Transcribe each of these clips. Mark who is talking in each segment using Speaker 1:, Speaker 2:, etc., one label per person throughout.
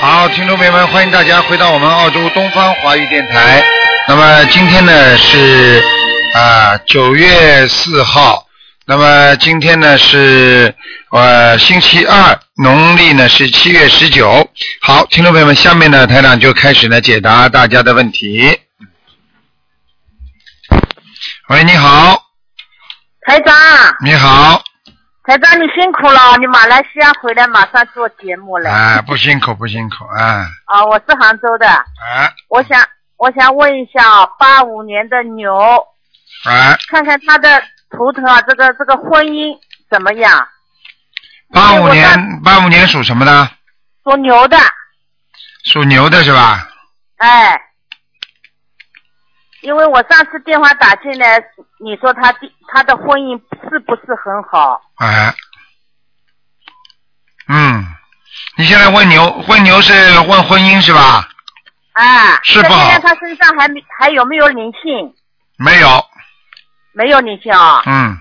Speaker 1: 好，听众朋友们，欢迎大家回到我们澳洲东方华语电台。那么今天呢是啊九、月四号，那么今天呢是呃星期二，农历呢是七月十九。好，听众朋友们，下面呢台长就开始呢解答大家的问题。喂，你好，
Speaker 2: 台长，
Speaker 1: 你好，
Speaker 2: 台长你辛苦了，你马来西亚回来马上做节目了。
Speaker 1: 啊，不辛苦不辛苦啊
Speaker 2: 啊，我是杭州的，
Speaker 1: 啊
Speaker 2: 我想我想问一下啊，八五年的牛，
Speaker 1: 啊！
Speaker 2: 看看他的图腾啊，这个这个婚姻怎么样？
Speaker 1: 八
Speaker 2: 因为
Speaker 1: 五
Speaker 2: 我看
Speaker 1: 年八五年属什么的？
Speaker 2: 属牛的，
Speaker 1: 属牛的是吧？
Speaker 2: 哎，因为我上次电话打进来，你说他的他的婚姻是不是很好？
Speaker 1: 哎，嗯，你现在问牛，问牛是问婚姻是吧？
Speaker 2: 啊，
Speaker 1: 是不
Speaker 2: 那
Speaker 1: 好
Speaker 2: 现在他身上还没还有没有灵性？
Speaker 1: 没有，
Speaker 2: 没有灵性啊、
Speaker 1: 嗯，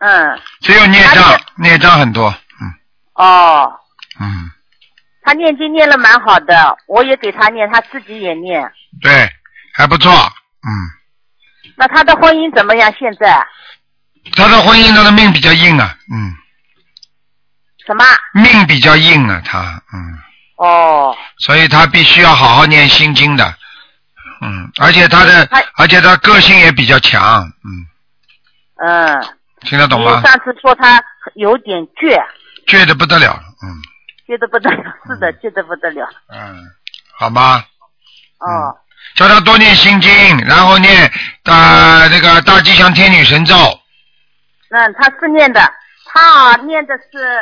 Speaker 2: 嗯，
Speaker 1: 只有孽
Speaker 2: 他
Speaker 1: 障
Speaker 2: 是，
Speaker 1: 孽障很多，嗯
Speaker 2: 哦。
Speaker 1: 嗯，
Speaker 2: 他念经念了蛮好的，我也给他念，他自己也念。
Speaker 1: 对，还不错，嗯，
Speaker 2: 那他的婚姻怎么样？现在
Speaker 1: 他的婚姻他的命比较硬啊，嗯，
Speaker 2: 什么？
Speaker 1: 命比较硬啊，他，嗯，
Speaker 2: 哦，
Speaker 1: 所以他必须要好好念心经的，嗯，而且他的
Speaker 2: 哎，
Speaker 1: 而且他个性也比较强，嗯，
Speaker 2: 嗯，
Speaker 1: 听得懂
Speaker 2: 你
Speaker 1: 吗？
Speaker 2: 上次说嗯他有点倔，
Speaker 1: 倔得不得了，嗯
Speaker 2: 倔得不得了，是的，倔得不得了。
Speaker 1: 嗯，好吗？
Speaker 2: 哦，
Speaker 1: 叫他多念心经，然后念大那个大吉祥天女神咒，
Speaker 2: 那他是念的，他啊念的是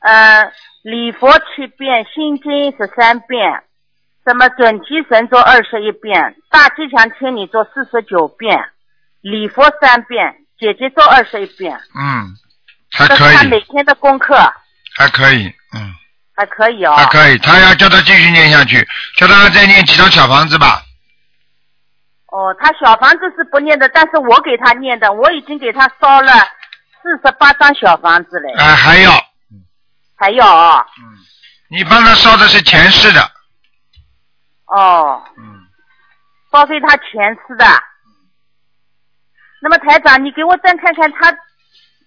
Speaker 2: 呃礼佛七遍，心经十三遍，什么准提神咒二十一遍，大吉祥天女咒四十九遍，礼佛三遍，姐姐咒二十一遍。
Speaker 1: 嗯，还
Speaker 2: 这
Speaker 1: 可
Speaker 2: 是他每
Speaker 1: 以，
Speaker 2: 天的功课
Speaker 1: 还可以，嗯，
Speaker 2: 还可以哦。
Speaker 1: 还可以。他要叫他继续念下去，叫他再念几张小房子吧。
Speaker 2: 哦，他小房子是不念的，但是我给他念的，我已经给他烧了四十八张小房子嘞，
Speaker 1: 哎、还要，
Speaker 2: 还要哦。
Speaker 1: 你帮他烧的是前世的，
Speaker 2: 哦，
Speaker 1: 嗯，
Speaker 2: 报给他前世的。那么台长，你给我再看看他，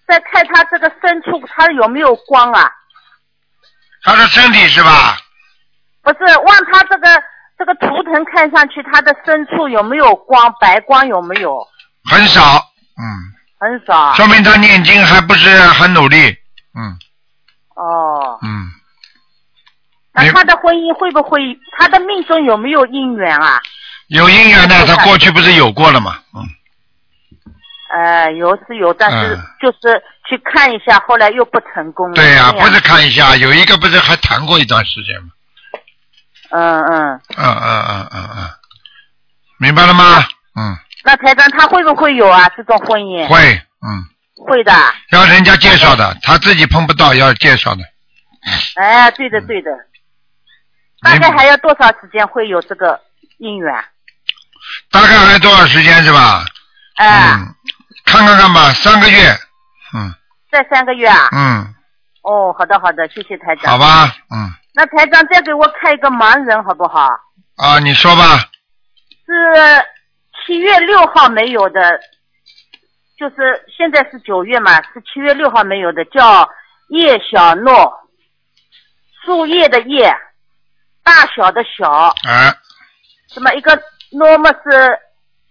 Speaker 2: 再看他这个深处，他有没有光啊？
Speaker 1: 他的身体是吧？
Speaker 2: 不是，望他这个这个图腾看上去，他的深处有没有光？白光有没有？
Speaker 1: 很少，嗯，
Speaker 2: 很少。啊
Speaker 1: 说明他念经还不是很努力，嗯
Speaker 2: 哦，
Speaker 1: 嗯，
Speaker 2: 那他的婚姻会不会？他的命中有没有姻缘啊？
Speaker 1: 有姻缘的，他过去不是有过了吗？嗯，
Speaker 2: 呃，有是有，但是
Speaker 1: 嗯
Speaker 2: 就是去看一下，后来又不成功了。
Speaker 1: 对呀、
Speaker 2: 嗯呀、
Speaker 1: 不是看一下，有一个不是还谈过一段时间吗？
Speaker 2: 嗯嗯，
Speaker 1: 嗯嗯嗯嗯嗯，明白了吗？嗯，
Speaker 2: 那台长他会不会有啊？这种婚姻
Speaker 1: 会，嗯，
Speaker 2: 会的。
Speaker 1: 要人家介绍
Speaker 2: 嗯
Speaker 1: 的，他自己碰不到，要介绍的。
Speaker 2: 哎，对
Speaker 1: 嗯
Speaker 2: 的对的。大概还要多少时间会有这个姻缘？
Speaker 1: 大概还多少时间是吧？
Speaker 2: 哎、
Speaker 1: 嗯，看看看吧，三个月。嗯
Speaker 2: 再三个月啊。
Speaker 1: 嗯，
Speaker 2: 哦，好的好的，谢谢台长。
Speaker 1: 好。吧，嗯
Speaker 2: 那台长再给我看一个盲人好不好？
Speaker 1: 啊，你说吧，
Speaker 2: 是七月六号没有的，就是现在是九月嘛，是七月六号没有的，叫叶小诺，树叶的叶，大小的小，
Speaker 3: 啊
Speaker 1: 哎，
Speaker 2: 什么一个诺么是，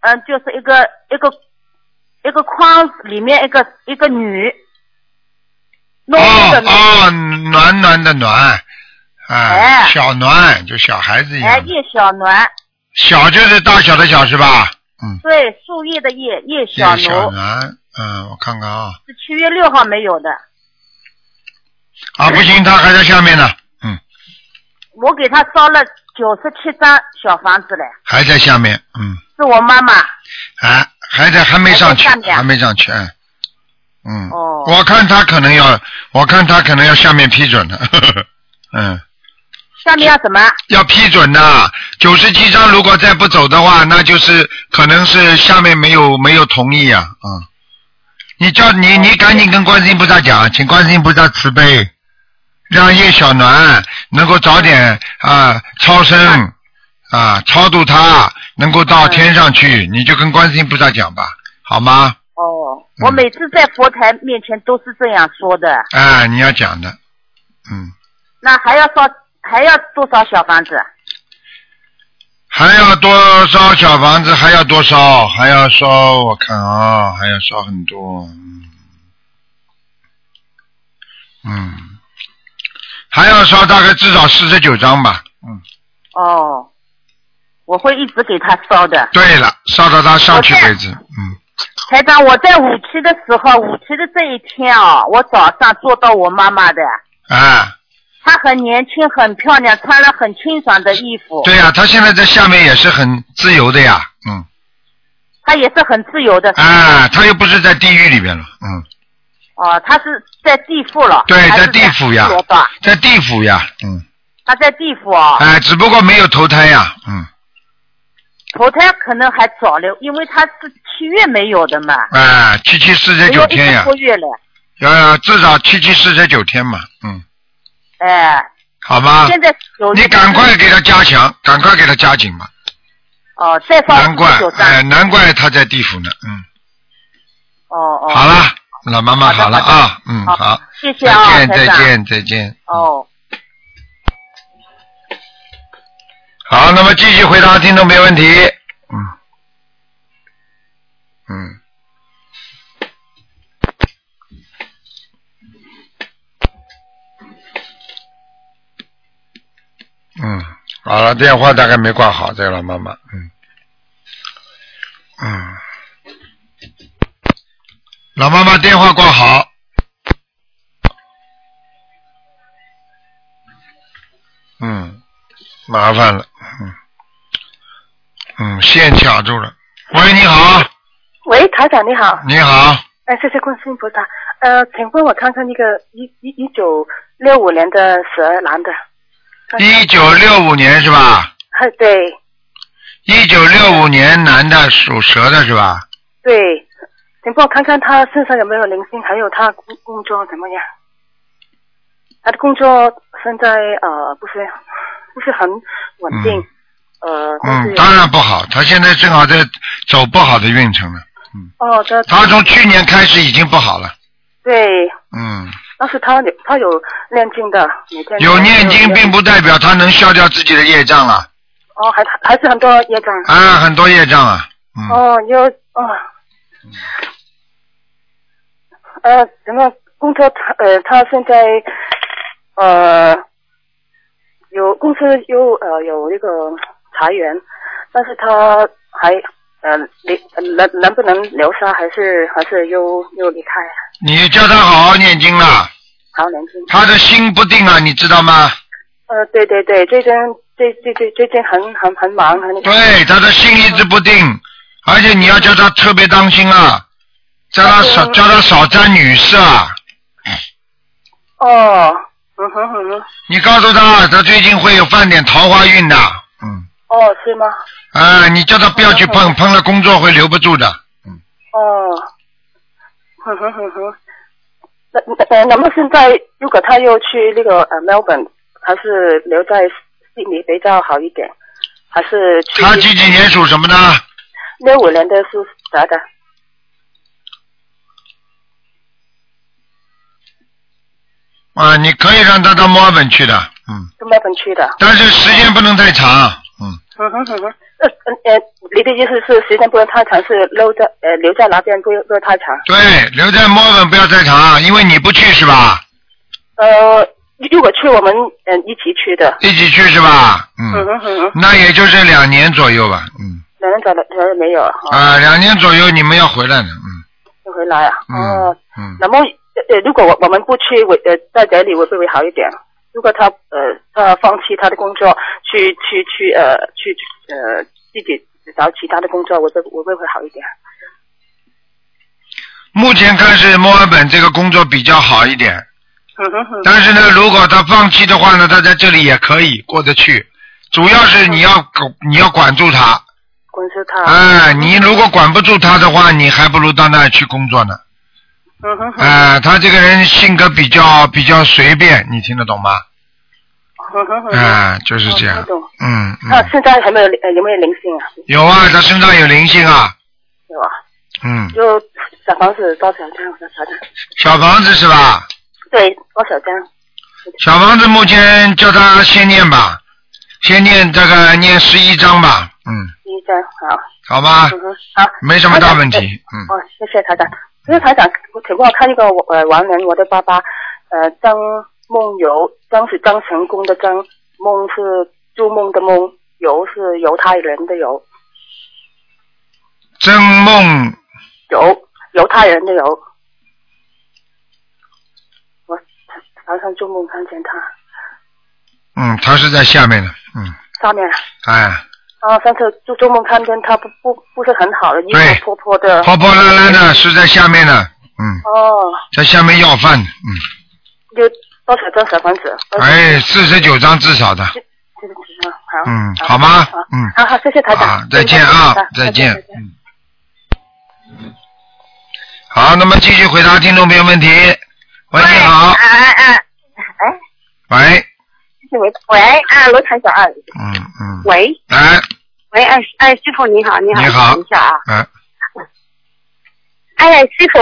Speaker 2: 嗯，就是一个一个一个框里面一个一个女，诺么
Speaker 1: 哦
Speaker 2: 的诺，
Speaker 1: 哦，暖暖的暖，啊，
Speaker 2: 哎
Speaker 1: 小暖就小孩子一
Speaker 2: 哎，
Speaker 1: 样，
Speaker 2: 叶小暖，
Speaker 1: 小就是大小的小是吧？嗯，
Speaker 2: 对，树叶的叶，叶
Speaker 1: 叶
Speaker 2: 小
Speaker 1: 小
Speaker 2: 奴
Speaker 1: 暖，嗯，我看看啊，
Speaker 2: 是七月六号没有的，哎
Speaker 1: 啊，不行，他还在下面呢，嗯，
Speaker 2: 我给他烧了九十七张小房子嘞，
Speaker 1: 还在下面，嗯。
Speaker 2: 是我妈妈。
Speaker 1: 啊，还在还没上去
Speaker 2: 还在下，面
Speaker 1: 还没上去，嗯，嗯，
Speaker 2: 哦
Speaker 1: 我看他可能要，我看他可能要下面批准了，呵呵 嗯，
Speaker 2: 下面要什么？
Speaker 1: 要批准的，九十七章如果再不走的话，那就是可能是下面没有没有同意啊，嗯，
Speaker 2: 哦
Speaker 1: 你叫你你赶紧跟观世音菩萨讲，请观世音菩萨慈悲，让叶小暖能够早点啊超
Speaker 2: 嗯
Speaker 1: 生啊超度他，能够到天上去，你就跟观世音菩萨讲吧，好吗？
Speaker 2: 哦，我每次在佛台面前都是这样说的。
Speaker 1: 啊，你要讲的，嗯，
Speaker 2: 那还要烧，还要多少小房子？
Speaker 1: 还要多烧小房子，还要多烧，还要烧，我看啊、还要烧很多，嗯，嗯，还要烧大概至少四十九张吧，嗯，
Speaker 2: 哦，我会一直给他烧的。
Speaker 1: 对了，烧到他上去为止，嗯，
Speaker 2: 台长，我在五期的时候，五期的这一天啊，我早上做到我妈妈的，
Speaker 1: 啊，
Speaker 2: 她很年轻，很漂亮，穿了很清爽的衣服，
Speaker 1: 对啊呀、他现在在下面也是很自由的呀，嗯，
Speaker 2: 她也是很自由的。
Speaker 1: 啊，他又不是在地狱里边了，嗯，
Speaker 2: 哦，她是在地府了。
Speaker 1: 对
Speaker 2: 她是
Speaker 1: 在地府呀
Speaker 2: 地罗道
Speaker 1: 在地府呀，嗯，
Speaker 2: 她在地府啊，
Speaker 1: 哎、只不过没有投胎呀，嗯，
Speaker 2: 投胎可能还早了，因为她是七月没有的嘛，
Speaker 1: 哎、七七四十
Speaker 2: 没有
Speaker 1: 九
Speaker 2: 一
Speaker 1: 天
Speaker 2: 个
Speaker 1: 呀
Speaker 2: 多，月了。
Speaker 1: 要要至少七七四十九天嘛，嗯，
Speaker 2: 哎，
Speaker 1: 好吗？
Speaker 2: 现在有一
Speaker 1: 你
Speaker 2: 个
Speaker 1: 赶快给他加强，赶快给他加紧嘛，
Speaker 2: 哦，再烧
Speaker 1: 难怪
Speaker 2: 四十九，张
Speaker 1: 哎、。难怪他在地府呢，嗯，
Speaker 2: 哦哦，
Speaker 1: 好了，老妈妈好
Speaker 2: 好
Speaker 1: 了
Speaker 2: 的
Speaker 1: 啊，嗯，
Speaker 2: 好
Speaker 1: 好，
Speaker 2: 谢谢
Speaker 1: 再
Speaker 2: 啊，
Speaker 1: 见，
Speaker 2: 台
Speaker 1: 再
Speaker 2: 长。
Speaker 1: 见，再见，
Speaker 2: 哦，
Speaker 1: 好，那么继续回答听众没问题，嗯，嗯。嗯，好了，电话大概没挂好，这个老妈妈，嗯，嗯，老妈妈电话挂好。嗯，麻烦了，嗯，嗯，线卡住了。喂，你好，
Speaker 4: 喂，台长你好，
Speaker 1: 你好，
Speaker 4: 哎，谢谢观世音菩萨。呃，请问我看看一个一一一九六五年的蛇男的，
Speaker 1: 一九六五年是吧？
Speaker 4: 哎，对
Speaker 1: 一九六五年男的属蛇的是吧？
Speaker 4: 对，请帮我看看他身上有没有灵性，还有他工工作怎么样？他的工作现在呃不是不是很稳定，呃，但是
Speaker 1: 嗯，当然不好，他现在正好在走不好的运程呢。
Speaker 4: 哦，他
Speaker 1: 他从去年开始已经不好了，
Speaker 4: 对，
Speaker 1: 嗯，
Speaker 4: 但是他有他有念经的，每天
Speaker 1: 有念经并
Speaker 4: 不
Speaker 1: 不代表他能消掉自己的业障了，
Speaker 4: 哦，还还是很多业障。
Speaker 1: 啊，很多业障啊，嗯，
Speaker 4: 哦，有哦，呃，怎么工作他呃，他现在呃有公司有呃有那个裁员，但是他还呃离呃能能不能留下，还是还是又又离开？
Speaker 1: 你叫他好好念经啦，
Speaker 4: 好年轻，
Speaker 1: 他的心不定啊，你知道吗？
Speaker 4: 呃，对对对，最近最最最最近很很很忙，很
Speaker 1: 对，他的心一直不定，而且你要叫他特别当心啊，叫他少
Speaker 4: 嗯
Speaker 1: 叫他少沾女色啊。
Speaker 4: 哦，嗯哼嗯哼，
Speaker 1: 你告诉他，他最近会有犯点桃花运的，嗯，
Speaker 4: 哦是吗？
Speaker 1: 啊，你叫他不要去碰，碰了工作会留不住的。
Speaker 4: 哦， 哼哼哼哼，那那那么现在如果他又去那个呃 Melbourne，还是留在悉尼比较好一点？还是去
Speaker 1: 他几几年属什么啊呢？
Speaker 4: 六五年的是啥的？
Speaker 1: 啊，你可以让他到墨尔本去的，嗯，
Speaker 4: 是 Melbourne 去的？
Speaker 1: 但是时间不能太长，嗯，
Speaker 4: 嗯哼哼哼，呃呃，你的意思是时间不能太长，是留在呃留在那边不不太长？
Speaker 1: 对，留在墨尔本不要太长，因为你不去是吧？
Speaker 4: 呃，如果去我们嗯、呃一起去的，
Speaker 1: 一起去是吧？
Speaker 4: 嗯
Speaker 1: 嗯，
Speaker 4: 哼哼哼，
Speaker 1: 那也就是两年左右吧，嗯，
Speaker 4: 两人找了找了没有？哦，
Speaker 1: 啊，两年左右你们要回来的，嗯
Speaker 4: 就回来啊？哦
Speaker 1: 嗯。嗯，
Speaker 4: 那么呃，呃，如果我我们不去，我呃在这里会不会好一点？如果他呃他放弃他的工作，去去去呃去呃自己找其他的工作，我会我会不会好一点？
Speaker 1: 目前看是墨尔本这个工作比较好一点，
Speaker 4: 嗯哼哼，
Speaker 1: 但是呢，如果他放弃的话呢，他在这里也可以过得去。主要是你要管，你要管住他。啊
Speaker 4: 公司他
Speaker 1: 哎、你如果管不住他的话，你还不如到那儿去工作呢。
Speaker 4: 嗯哼哼，
Speaker 1: 啊、他这个人性格比较比较随便，你听得懂吗？
Speaker 4: 嗯哼哼，
Speaker 1: 啊、就是这
Speaker 4: 哦
Speaker 1: 样
Speaker 4: 听懂。
Speaker 1: 嗯
Speaker 4: 那
Speaker 1: 嗯，
Speaker 4: 现在还没有灵呃有没有灵性啊？
Speaker 1: 有啊，他身上有灵性啊。
Speaker 4: 有啊，
Speaker 1: 嗯，
Speaker 4: 就小房子多少张？多少张？
Speaker 1: 小房子是吧？
Speaker 4: 对，多少张？
Speaker 1: 小房子目前叫他先念吧，先念这个念十一章吧。嗯，
Speaker 4: 第一张，好，
Speaker 1: 好吧，
Speaker 4: 嗯哼，好，
Speaker 1: 没什么大问题
Speaker 4: 台长。
Speaker 1: 嗯，
Speaker 4: 呃哦，谢谢台长。因为台长，我请帮我看一个我呃亡人，我的爸爸，呃张梦游，张是张成功的张，梦是做梦的梦，游是犹太人的游，
Speaker 1: 曾梦
Speaker 4: 游犹太人的游。我常常做梦看见他，
Speaker 1: 嗯，他是在下面的，嗯，
Speaker 4: 下面
Speaker 1: 哎，
Speaker 4: 啊，上次做做梦看见他不不不是很好的，衣
Speaker 1: 对
Speaker 4: 服破破的。
Speaker 1: 破破烂烂的是在下面的，嗯，
Speaker 4: 哦，
Speaker 1: 在下面要饭，嗯，
Speaker 4: 有多少张小房子？
Speaker 1: 哎，四十九章至少的，
Speaker 4: 这个纸上好，
Speaker 1: 嗯，好吗
Speaker 4: 好？
Speaker 1: 嗯，
Speaker 4: 好好，谢谢台
Speaker 1: 啊
Speaker 4: 长，，
Speaker 1: 再见啊
Speaker 4: 谢谢台，长
Speaker 1: 再见
Speaker 4: 见。
Speaker 1: 嗯。好，那么继续回答听众朋友问题。喂，你好
Speaker 3: 啊，啊啊！哎，
Speaker 1: 喂，
Speaker 3: 是没喂啊，罗台长啊，
Speaker 1: 嗯嗯，
Speaker 3: 喂
Speaker 1: 哎，
Speaker 3: 喂，哎哎，师傅你好，你好，
Speaker 1: 你好
Speaker 3: 等一下啊，
Speaker 1: 哎，
Speaker 3: 哎，师傅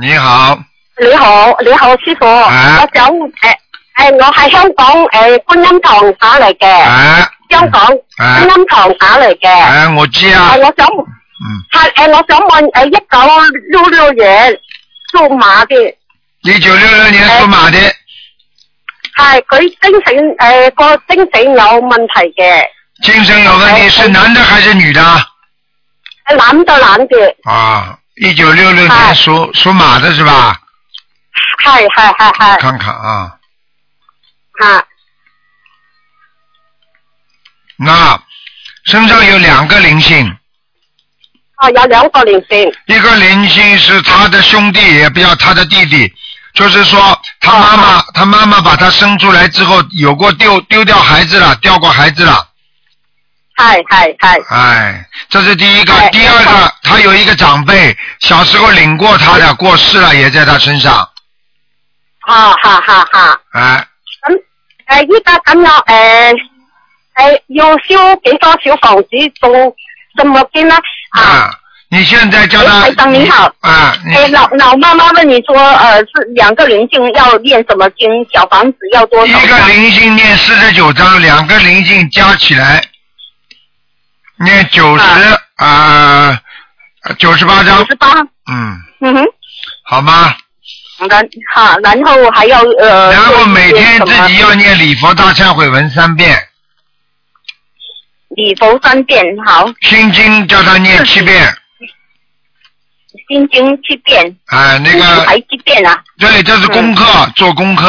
Speaker 1: 你好，
Speaker 3: 你好，你好，师傅，
Speaker 1: 啊
Speaker 3: 我想誒誒，哎我係香港誒觀音堂打嚟嘅，
Speaker 1: 哎
Speaker 3: 香港
Speaker 1: 啊
Speaker 3: 觀音堂打嚟嘅，
Speaker 1: 哎，我知啊
Speaker 3: 誒，，我想
Speaker 1: 嗯，
Speaker 3: 係誒，我想問哎誒一九六六年屬馬嘅。
Speaker 1: 一九六六年属马的，
Speaker 3: 係佢精神誒個精神有問題嘅，
Speaker 1: 精神有问题，
Speaker 3: 哎
Speaker 1: 是男的还是女的？
Speaker 3: 男就男嘅，
Speaker 1: 啊，一九六六
Speaker 3: 哎
Speaker 1: 年属属马的是吧？
Speaker 3: 係係係係。
Speaker 1: 看看啊，
Speaker 3: 哎啊，
Speaker 1: 那身上有两个灵性，
Speaker 3: 哦，有两个灵性，
Speaker 1: 一个灵性是他的兄弟，也不要他的弟弟，就是说他妈
Speaker 3: 哦
Speaker 1: 妈，他妈妈把他生出来之后，有过丢丢掉孩子了，掉过孩子了，
Speaker 3: 系系系，
Speaker 1: 哎，这是第一个
Speaker 3: 哎，
Speaker 1: 第二
Speaker 3: 没
Speaker 1: 个，他有一个长辈，小时候领过他的，过世了，也在他身上，
Speaker 3: 哦，哈哈哈，
Speaker 1: 哎，
Speaker 3: 咁诶依家咁样诶诶、誒要烧几多小房子仲怎么边呢？啊，
Speaker 1: 啊，你现在叫他
Speaker 3: 哎台，长您好
Speaker 1: 啊，你
Speaker 3: 诶、哎老老妈妈问你说，呃，是两个灵性要念什么经？小房子要多少
Speaker 1: 一个
Speaker 3: 张？
Speaker 1: 灵性念四十九章，两个灵性加起来念九十啊，九十八章
Speaker 3: 五，十八，
Speaker 1: 嗯，
Speaker 3: 嗯哼。
Speaker 1: 好吗？
Speaker 3: 然哈，然后还要呃，
Speaker 1: 然后每天
Speaker 3: 做一些
Speaker 1: 自己
Speaker 3: 什么
Speaker 1: 要念礼佛大忏悔文三遍，
Speaker 3: 礼佛三遍，好，
Speaker 1: 心经叫他念七遍，
Speaker 3: 心经七遍，
Speaker 1: 啊、那
Speaker 3: 心经
Speaker 1: 个
Speaker 3: 还嗯七遍啊，
Speaker 1: 对，这是功课，做功课，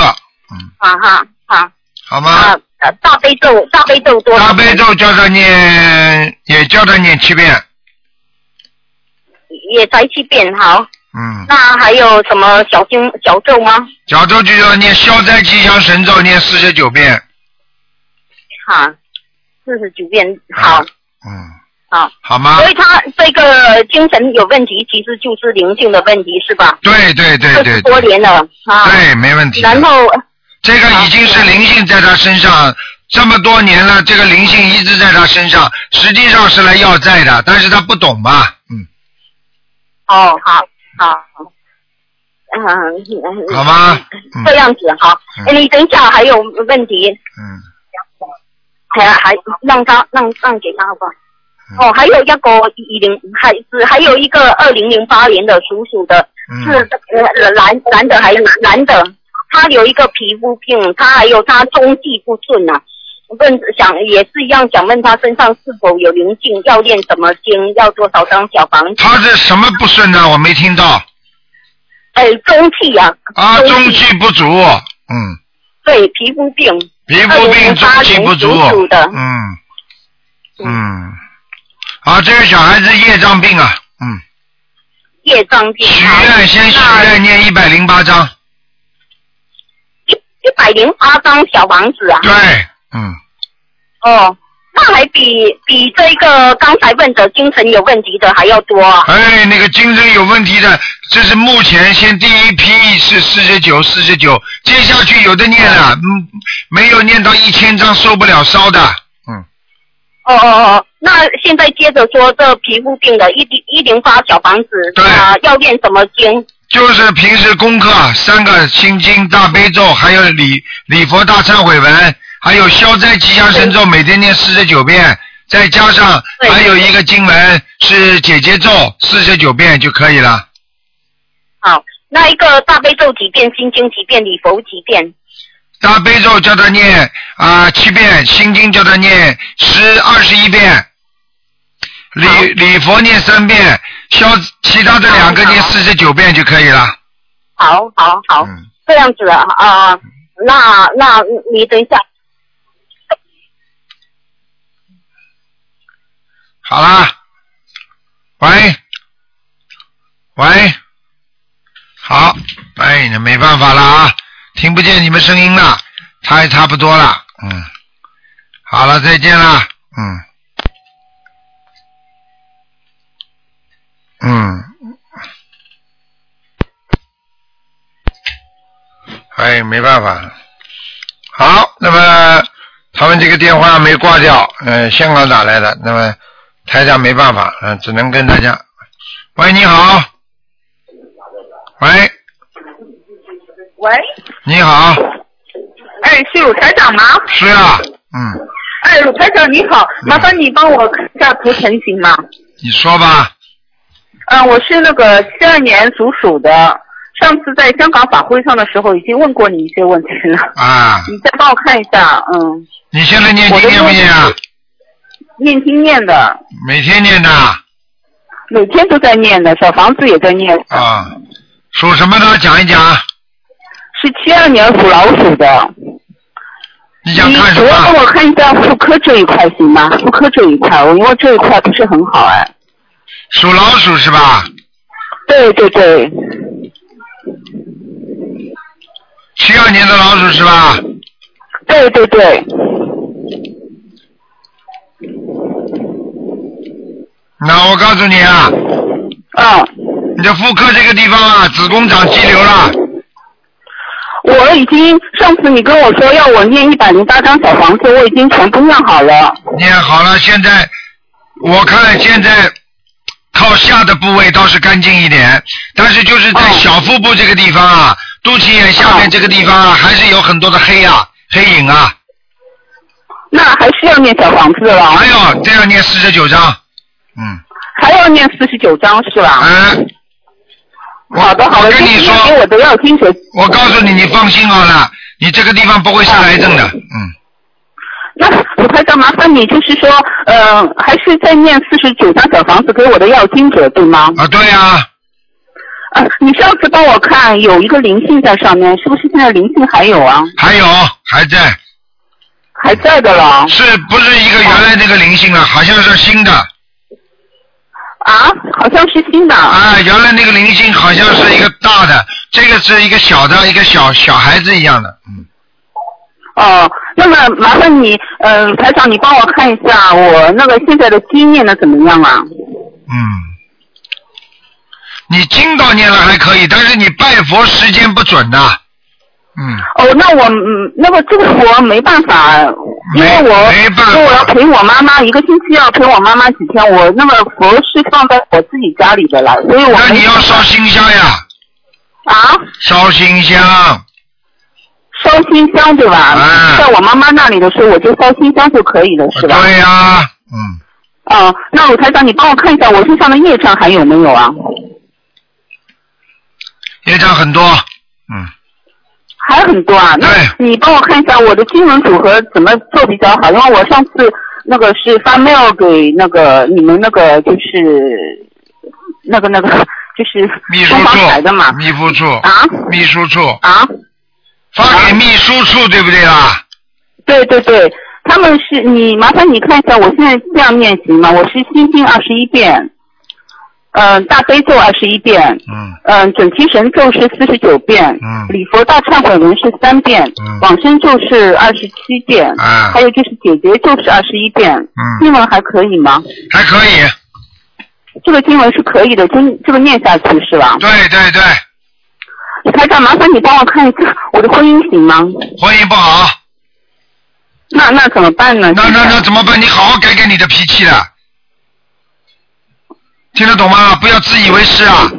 Speaker 3: 啊哈，好。
Speaker 1: 嗯好
Speaker 3: 啊
Speaker 1: 吗？，
Speaker 3: 呃大悲咒，大悲咒多少
Speaker 1: 大悲咒叫他念，也叫他念七遍，
Speaker 3: 也才七遍，好。
Speaker 1: 嗯，
Speaker 3: 那还有什么小经小咒吗？
Speaker 1: 小咒就要念消灾吉祥神咒念四十九遍，
Speaker 3: 哈，四十九遍，
Speaker 1: 啊
Speaker 3: 好，
Speaker 1: 嗯，
Speaker 3: 好。
Speaker 1: 好吗？
Speaker 3: 所以他这个精神有问题，其实就是灵性的问题，是吧？
Speaker 1: 对对对
Speaker 3: 二
Speaker 1: 对
Speaker 3: 十多
Speaker 1: 对，
Speaker 3: 年了啊。
Speaker 1: 对，没问题的。
Speaker 3: 然后
Speaker 1: 这个已经是灵性在他身上这么多年了，这个灵性一直在他身上，实际上是来要债的，但是他不懂嘛，嗯，
Speaker 3: 哦，好，好。嗯，
Speaker 1: 好吗？嗯
Speaker 3: 这样子好。哎，你等一下还有问题，
Speaker 1: 嗯
Speaker 3: 还还让他让让给他好不好？
Speaker 1: 嗯
Speaker 3: 哦，还有一个一零还是还有一个二零零八年的属鼠的，是
Speaker 1: 嗯，
Speaker 3: 呃男男的还是男的？他有一个皮肤病，他还有他中气不顺啊。问想也是一样，想问他身上是否有灵性，要练什么经，要多少张小房子？
Speaker 1: 他是啊什么不顺呢？我没听到
Speaker 3: 哎，中气啊，
Speaker 1: 啊，
Speaker 3: 中
Speaker 1: 中气不足，嗯，
Speaker 3: 对皮肤病，
Speaker 1: 皮肤病中气不足
Speaker 3: 2008年属鼠的，
Speaker 1: 嗯嗯，啊，这个小孩子业障病啊，嗯，
Speaker 3: 业障病
Speaker 1: 许
Speaker 3: 啊。
Speaker 1: 愿先许愿念一百零八章，
Speaker 3: 一一百零八张小房子啊。
Speaker 1: 对，嗯，
Speaker 3: 哦，那还比比这个刚才问的精神有问题的还要多啊！
Speaker 1: 哎，那个精神有问题的，这是目前先第一批是四十九，四十九，接下去有的念了，嗯，没有念到一千张受不了烧的，嗯，
Speaker 3: 哦哦哦，那现在接着说这皮肤病的一零一零八小房子
Speaker 1: 对
Speaker 3: 啊，要练什么经？
Speaker 1: 就是平时功课三个心经、大悲咒，还有礼礼佛大忏悔文，还有消灾吉祥神咒，每天念四十九遍，再加上
Speaker 3: 对
Speaker 1: 还有一个经文是姐姐咒四十九遍就可以了。
Speaker 3: 好，那一个大悲咒几遍，心经几遍，礼佛几遍？
Speaker 1: 大悲咒叫他念啊、七遍，心经叫他念十二十一遍，礼
Speaker 3: 好
Speaker 1: 礼佛念三遍，消其他的两个念
Speaker 3: 好
Speaker 1: 四十九遍就可以了。
Speaker 3: 好好好，
Speaker 1: 嗯，
Speaker 3: 这样子啊啊、那那你等一下，
Speaker 1: 好啦。喂，喂，好，哎，那没办法了啊，听不见你们声音了，差也差不多了，嗯，好了，再见啦，嗯，嗯，哎，没办法了。好，那么他们这个电话没挂掉，呃，香港打来的，那么台长没办法，嗯、只能跟大家。喂，你好。喂，
Speaker 5: 喂，
Speaker 1: 你好，
Speaker 5: 哎，是鲁台长吗？
Speaker 1: 是啊，嗯，
Speaker 5: 哎，鲁台长你好，麻烦你帮我看呃一下图腾行吗？
Speaker 1: 你说吧，
Speaker 5: 嗯、我是那个七二年属鼠的，上次在香港法会上的时候已经问过你一些问题了，
Speaker 1: 啊，
Speaker 5: 你再帮我看一下，嗯，
Speaker 1: 你现在念
Speaker 5: 我
Speaker 1: 经
Speaker 5: 的
Speaker 1: 念不念啊
Speaker 5: 问？念经念的，
Speaker 1: 每天念的
Speaker 5: 每天都在念的，小房子也在念，
Speaker 1: 啊，属什么的？讲一讲，
Speaker 5: 是七二年属老鼠的。
Speaker 1: 你
Speaker 5: 你
Speaker 1: 想看什
Speaker 5: 主要帮
Speaker 1: 么？
Speaker 5: 我看一下妇科这一块行吗？妇科这一块，我因为这一块不是很好哎。
Speaker 1: 属老鼠是吧？
Speaker 5: 对对对，
Speaker 1: 七二年的老鼠是吧？
Speaker 5: 对对对。
Speaker 1: 那我告诉你啊，
Speaker 5: 嗯，
Speaker 1: 你的妇科这个地方啊，子宫长肌瘤了。
Speaker 5: 我已经上次你跟我说要我念一百零八张小房子，我已经全部念好了。
Speaker 1: 念好了，现在我看现在靠下的部位倒是干净一点，但是就是在
Speaker 5: 哦
Speaker 1: 小腹部这个地方啊，肚脐眼下面这个地方啊，还是有很多的黑啊、黑影啊。
Speaker 5: 那还是要念小房子了，
Speaker 1: 还有，哎这样念四十九章。嗯，
Speaker 5: 还要念四十九张是吧？
Speaker 1: 嗯，我
Speaker 5: 好的好
Speaker 1: 我
Speaker 5: 的，
Speaker 1: 跟你
Speaker 5: 今天
Speaker 1: 说，
Speaker 5: 给我的要听者，
Speaker 1: 我告诉你，你放心好了，你这个地方不会下癌症的。嗯，
Speaker 5: 那我台长麻烦你就是说，呃，还是再念四十九张小房子给我的要听者对吗？
Speaker 1: 啊，对啊，
Speaker 5: 啊，你上次帮我看有一个灵性在上面，是不是现在灵性还有啊？
Speaker 1: 还有还在，
Speaker 5: 还在的了
Speaker 1: 是不是一个原来那个灵性啊？好像是新的。
Speaker 5: 啊？好像是新的啊。
Speaker 1: 啊，原来那个灵性好像是一个大的，这个是一个小的，一个小小孩子一样的。嗯，
Speaker 5: 哦，那么麻烦你，嗯、台长，你帮我看一下我那个现在的经念的怎么样啊？
Speaker 1: 嗯，你经到念了还可以，但是你拜佛时间不准呐、嗯，
Speaker 5: 哦，那我嗯，那个这个我没办法，因为我
Speaker 1: 没没办法
Speaker 5: 因为我要陪我妈妈一个星期要陪我妈妈几天，我那个佛是放在我自己家里的了，所以我
Speaker 1: 那
Speaker 5: 没
Speaker 1: 你要烧新香呀，
Speaker 5: 啊
Speaker 1: 烧新香。
Speaker 5: 烧新香对吧？
Speaker 1: 啊
Speaker 5: 在我妈妈那里的时候，我就烧新香就可以了，是吧？
Speaker 1: 对呀、嗯，
Speaker 5: 哦、那鲁台长，你帮我看一下我身上的业障还有没有啊？
Speaker 1: 业障很多。嗯，
Speaker 5: 还很多啊，那
Speaker 1: 对
Speaker 5: 你帮我看一下我的经文组合怎么做比较好？因为我上次那个是发 mail 给那个你们那个就是那个那 个就是
Speaker 1: 秘书
Speaker 5: 东方台的嘛
Speaker 1: 处，秘书处，
Speaker 5: 啊
Speaker 1: 秘书处
Speaker 5: 啊，
Speaker 1: 发给秘书处，对不啊对啦？
Speaker 5: 对对对，他们是你麻烦你看一下，我现在这样念行吗？我是心经二十一遍，嗯，大悲咒二十一遍，
Speaker 1: 嗯
Speaker 5: 嗯，准提神咒是四十九遍，
Speaker 1: 嗯
Speaker 5: 礼佛大忏悔文是三遍，
Speaker 1: 嗯
Speaker 5: 往生咒是二十七遍，
Speaker 1: 啊
Speaker 5: 还有就是解决咒是二十一遍，
Speaker 1: 嗯
Speaker 5: 经文还可以吗？
Speaker 1: 还可以，
Speaker 5: 这个经文是可以的，经这个念下去是吧？
Speaker 1: 对对对，
Speaker 5: 台长，麻烦你帮我看一下我的婚姻行吗？
Speaker 1: 婚姻不好，
Speaker 5: 那那怎么办呢？
Speaker 1: 那那
Speaker 5: 现在
Speaker 1: 那怎么办？你好好改改你的脾气了，听得懂吗？不要自以为是啊，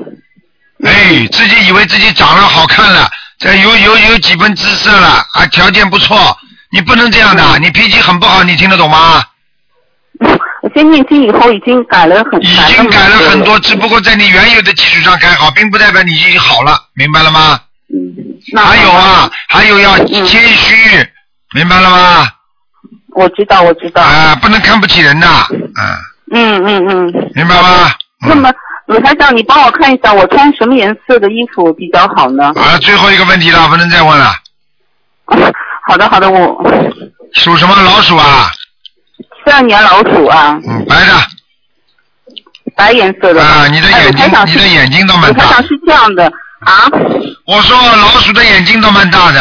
Speaker 1: 哎，自己以为自己长了好看了，这有有有几分姿色了啊，条件不错，你不能这样的，你脾气很不好，你听得懂吗？
Speaker 5: 我先念经以后已经改了很，
Speaker 1: 已经改了
Speaker 5: 蛮
Speaker 1: 很多，只不过在你原有的基础上改好，并不代表你已经好了，明白了吗？
Speaker 5: 嗯，那
Speaker 1: 还有啊，还有要
Speaker 5: 嗯
Speaker 1: 谦虚，明白了吗？
Speaker 5: 我知道，我知道。
Speaker 1: 啊，不能看不起人的，啊，
Speaker 5: 嗯嗯嗯。
Speaker 1: 明白吗？
Speaker 5: 那
Speaker 1: 嗯
Speaker 5: 么，鲁台长，你帮我看一下，我穿什么颜色的衣服比较好呢？
Speaker 1: 好了，最后一个问题了，不能再问了。
Speaker 5: 好的，好的，我
Speaker 1: 属什么老鼠啊？
Speaker 5: 七二年老鼠啊，
Speaker 1: 嗯，白的
Speaker 5: 白颜色的。
Speaker 1: 啊，你的
Speaker 5: 哎，鲁
Speaker 1: 眼
Speaker 5: 台长
Speaker 1: 睛，你
Speaker 5: 是
Speaker 1: 的眼睛倒蛮
Speaker 5: 鲁台
Speaker 1: 大
Speaker 5: 长。是这样的啊。
Speaker 1: 我说老鼠的眼睛倒蛮大的，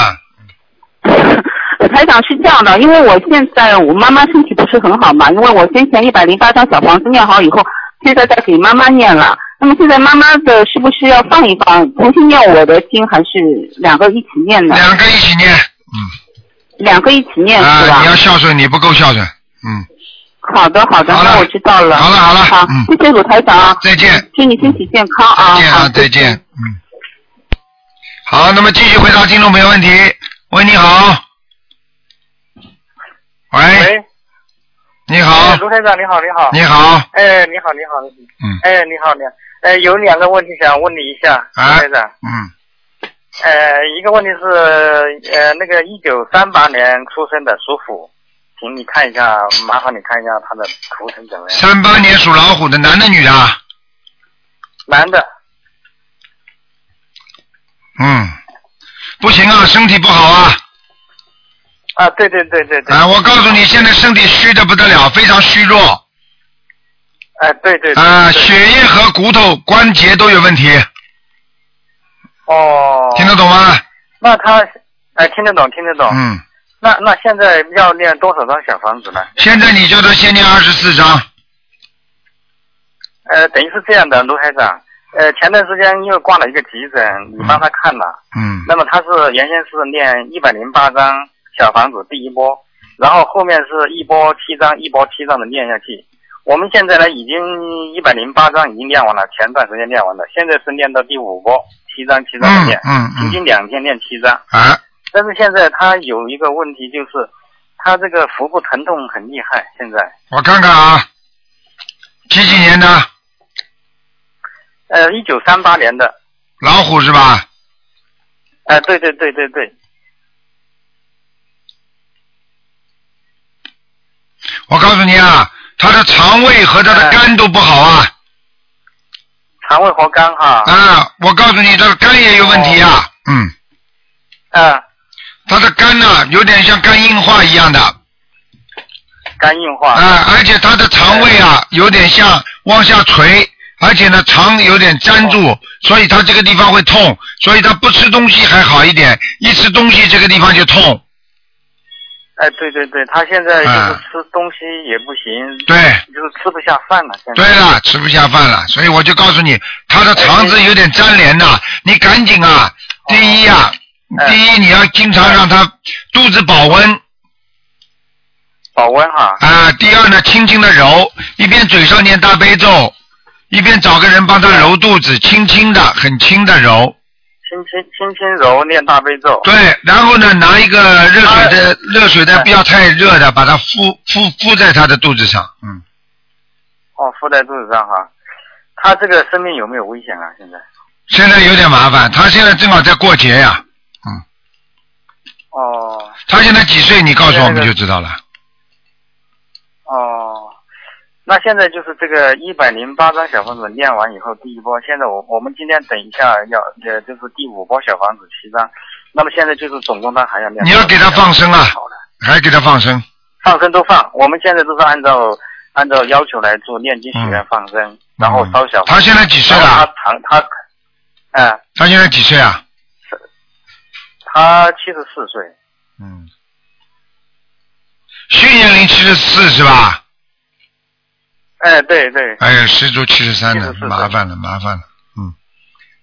Speaker 5: 台长是这样的，因为我现在我妈妈身体不是很好嘛，因为我先前一百零八张小房子念好以后，现在在给妈妈念了。那么现在妈妈的是不是要放一放，重新念我的经，还是两个一起念呢？
Speaker 1: 两个一起念，
Speaker 5: 两个一起念
Speaker 1: 嗯，
Speaker 5: 是
Speaker 1: 啊，
Speaker 5: 吧
Speaker 1: 你？要孝顺，你不够孝顺，嗯，
Speaker 5: 好的，好的，
Speaker 1: 好了
Speaker 5: 那我知道了。
Speaker 1: 好了好了
Speaker 5: 好
Speaker 1: 嗯，
Speaker 5: 谢谢鲁台长啊，
Speaker 1: 再见。
Speaker 5: 祝你身体健康啊！
Speaker 1: 再见
Speaker 5: 好
Speaker 1: 啊，再见。。嗯。好，那么继续回答听众朋友问题。喂，你好。喂，
Speaker 6: 喂，
Speaker 1: 你
Speaker 6: 哎
Speaker 1: 好，
Speaker 6: 卢台长，你好，你好，
Speaker 1: 你好，
Speaker 6: 哎，你好，你好，
Speaker 1: 嗯
Speaker 6: 哎，你好，你好，哎，有两个问题想问你一下，
Speaker 1: 啊
Speaker 6: 卢台长，
Speaker 1: 嗯，
Speaker 6: 呃，一个问题是，呃，那个一九三八年出生的属虎，请你看一下，麻烦你看一下他的图腾怎么样？
Speaker 1: 三八年属老虎的男的女的啊？
Speaker 6: 男的，啊
Speaker 1: 嗯，不行啊，身体不好啊，
Speaker 6: 啊，对对对对对，
Speaker 1: 啊，我告诉你，现在身体虚的不得了，非常虚弱，
Speaker 6: 哎，对对，对
Speaker 1: 啊，
Speaker 6: 对
Speaker 1: 血液和骨头、关节都有问题，
Speaker 6: 哦，
Speaker 1: 听得懂吗？
Speaker 6: 那他，哎，听得懂，听得懂，
Speaker 1: 嗯，
Speaker 6: 那那现在要念多少张小房子呢？
Speaker 1: 现在你叫他先念二十四章，
Speaker 6: 呃，等于是这样的，卢台长，呃，前段时间因为挂了一个急诊，你帮他看了。
Speaker 1: 嗯，
Speaker 6: 那么他是原先是念一百零八张小房子第一波，然后后面是一波七张，一波七张的念下去。我们现在呢，已经一百零八张已经念完了，前段时间念完了，现在是念到第五波，七张七张的
Speaker 1: 嗯
Speaker 6: 念，
Speaker 1: 嗯
Speaker 6: 平
Speaker 1: 嗯，
Speaker 6: 均两天念七张。
Speaker 1: 啊，
Speaker 6: 但是现在他有一个问题，就是他这个腹部疼痛很厉害，现在
Speaker 1: 我看看啊，几几年的？
Speaker 6: 呃，一九三八年的，
Speaker 1: 老虎是吧？
Speaker 6: 呃，对对对对对，
Speaker 1: 我告诉你啊，他的肠胃和他
Speaker 6: 哎
Speaker 1: 的肝都不好啊
Speaker 6: 肠胃和肝哈，
Speaker 1: 啊！我告诉你，他的肝也有问题啊。嗯，
Speaker 6: 哦嗯、
Speaker 1: 他的肝呢、有点像肝硬化一样的
Speaker 6: 肝硬化，
Speaker 1: 啊，而且他的肠胃啊有点像往下垂，而且呢肠有点粘住，所以他这个地方会痛，所以他不吃东西还好一点，一吃东西这个地方就痛。
Speaker 6: 哎，对对对，他现在就是
Speaker 1: 啊
Speaker 6: 吃东西也不行，
Speaker 1: 对，
Speaker 6: 就是吃不下饭了。现在
Speaker 1: 对了，吃不下饭了，所以我就告诉你，他的肠子有点粘连呐、你赶紧啊！第一呀、
Speaker 6: 哎
Speaker 1: 第一你要经常让他肚子保温
Speaker 6: 保温哈，
Speaker 1: 啊。第二呢，轻轻的揉，一边嘴上念大悲咒，一边找个人帮他揉肚子，轻轻的，很轻的揉。
Speaker 6: 轻轻轻轻揉，念大悲咒。啊
Speaker 1: 对，然后呢，拿一个热水的、热水
Speaker 6: 哎
Speaker 1: 的，不要太热的，把它敷敷敷在他的肚子上。嗯，
Speaker 6: 哦，敷在肚子上哈。他这个生命有没有危险啊？现在？
Speaker 1: 现在有点麻烦，他现在正好在过节呀、
Speaker 6: 哦
Speaker 1: 他现在几岁？你告诉我们
Speaker 6: 对
Speaker 1: 就
Speaker 6: 对
Speaker 1: 知道了。
Speaker 6: 哦，那现在就是这个一百零八张小房子念完以后，第一波，现在我我们今天等一下要，呃，就是第五波小房子七张。那么现在就是总共他还要念。
Speaker 1: 你要给他放生啊
Speaker 6: 好的，
Speaker 1: 还给他放生。
Speaker 6: 放生都放，我们现在都是按照按照要求来做，念经许愿
Speaker 1: 嗯
Speaker 6: 放生。然后烧小房子。
Speaker 1: 他现在几岁
Speaker 6: 然后
Speaker 1: 了？
Speaker 6: 他长他，嗯，
Speaker 1: 他现在几岁啊？
Speaker 6: 他七十四岁，
Speaker 1: 嗯，虚年龄七十四是吧？
Speaker 6: 哎，对对，
Speaker 1: 哎呀，十足七十三的
Speaker 6: 74，岁
Speaker 1: 麻烦了，麻烦了，嗯，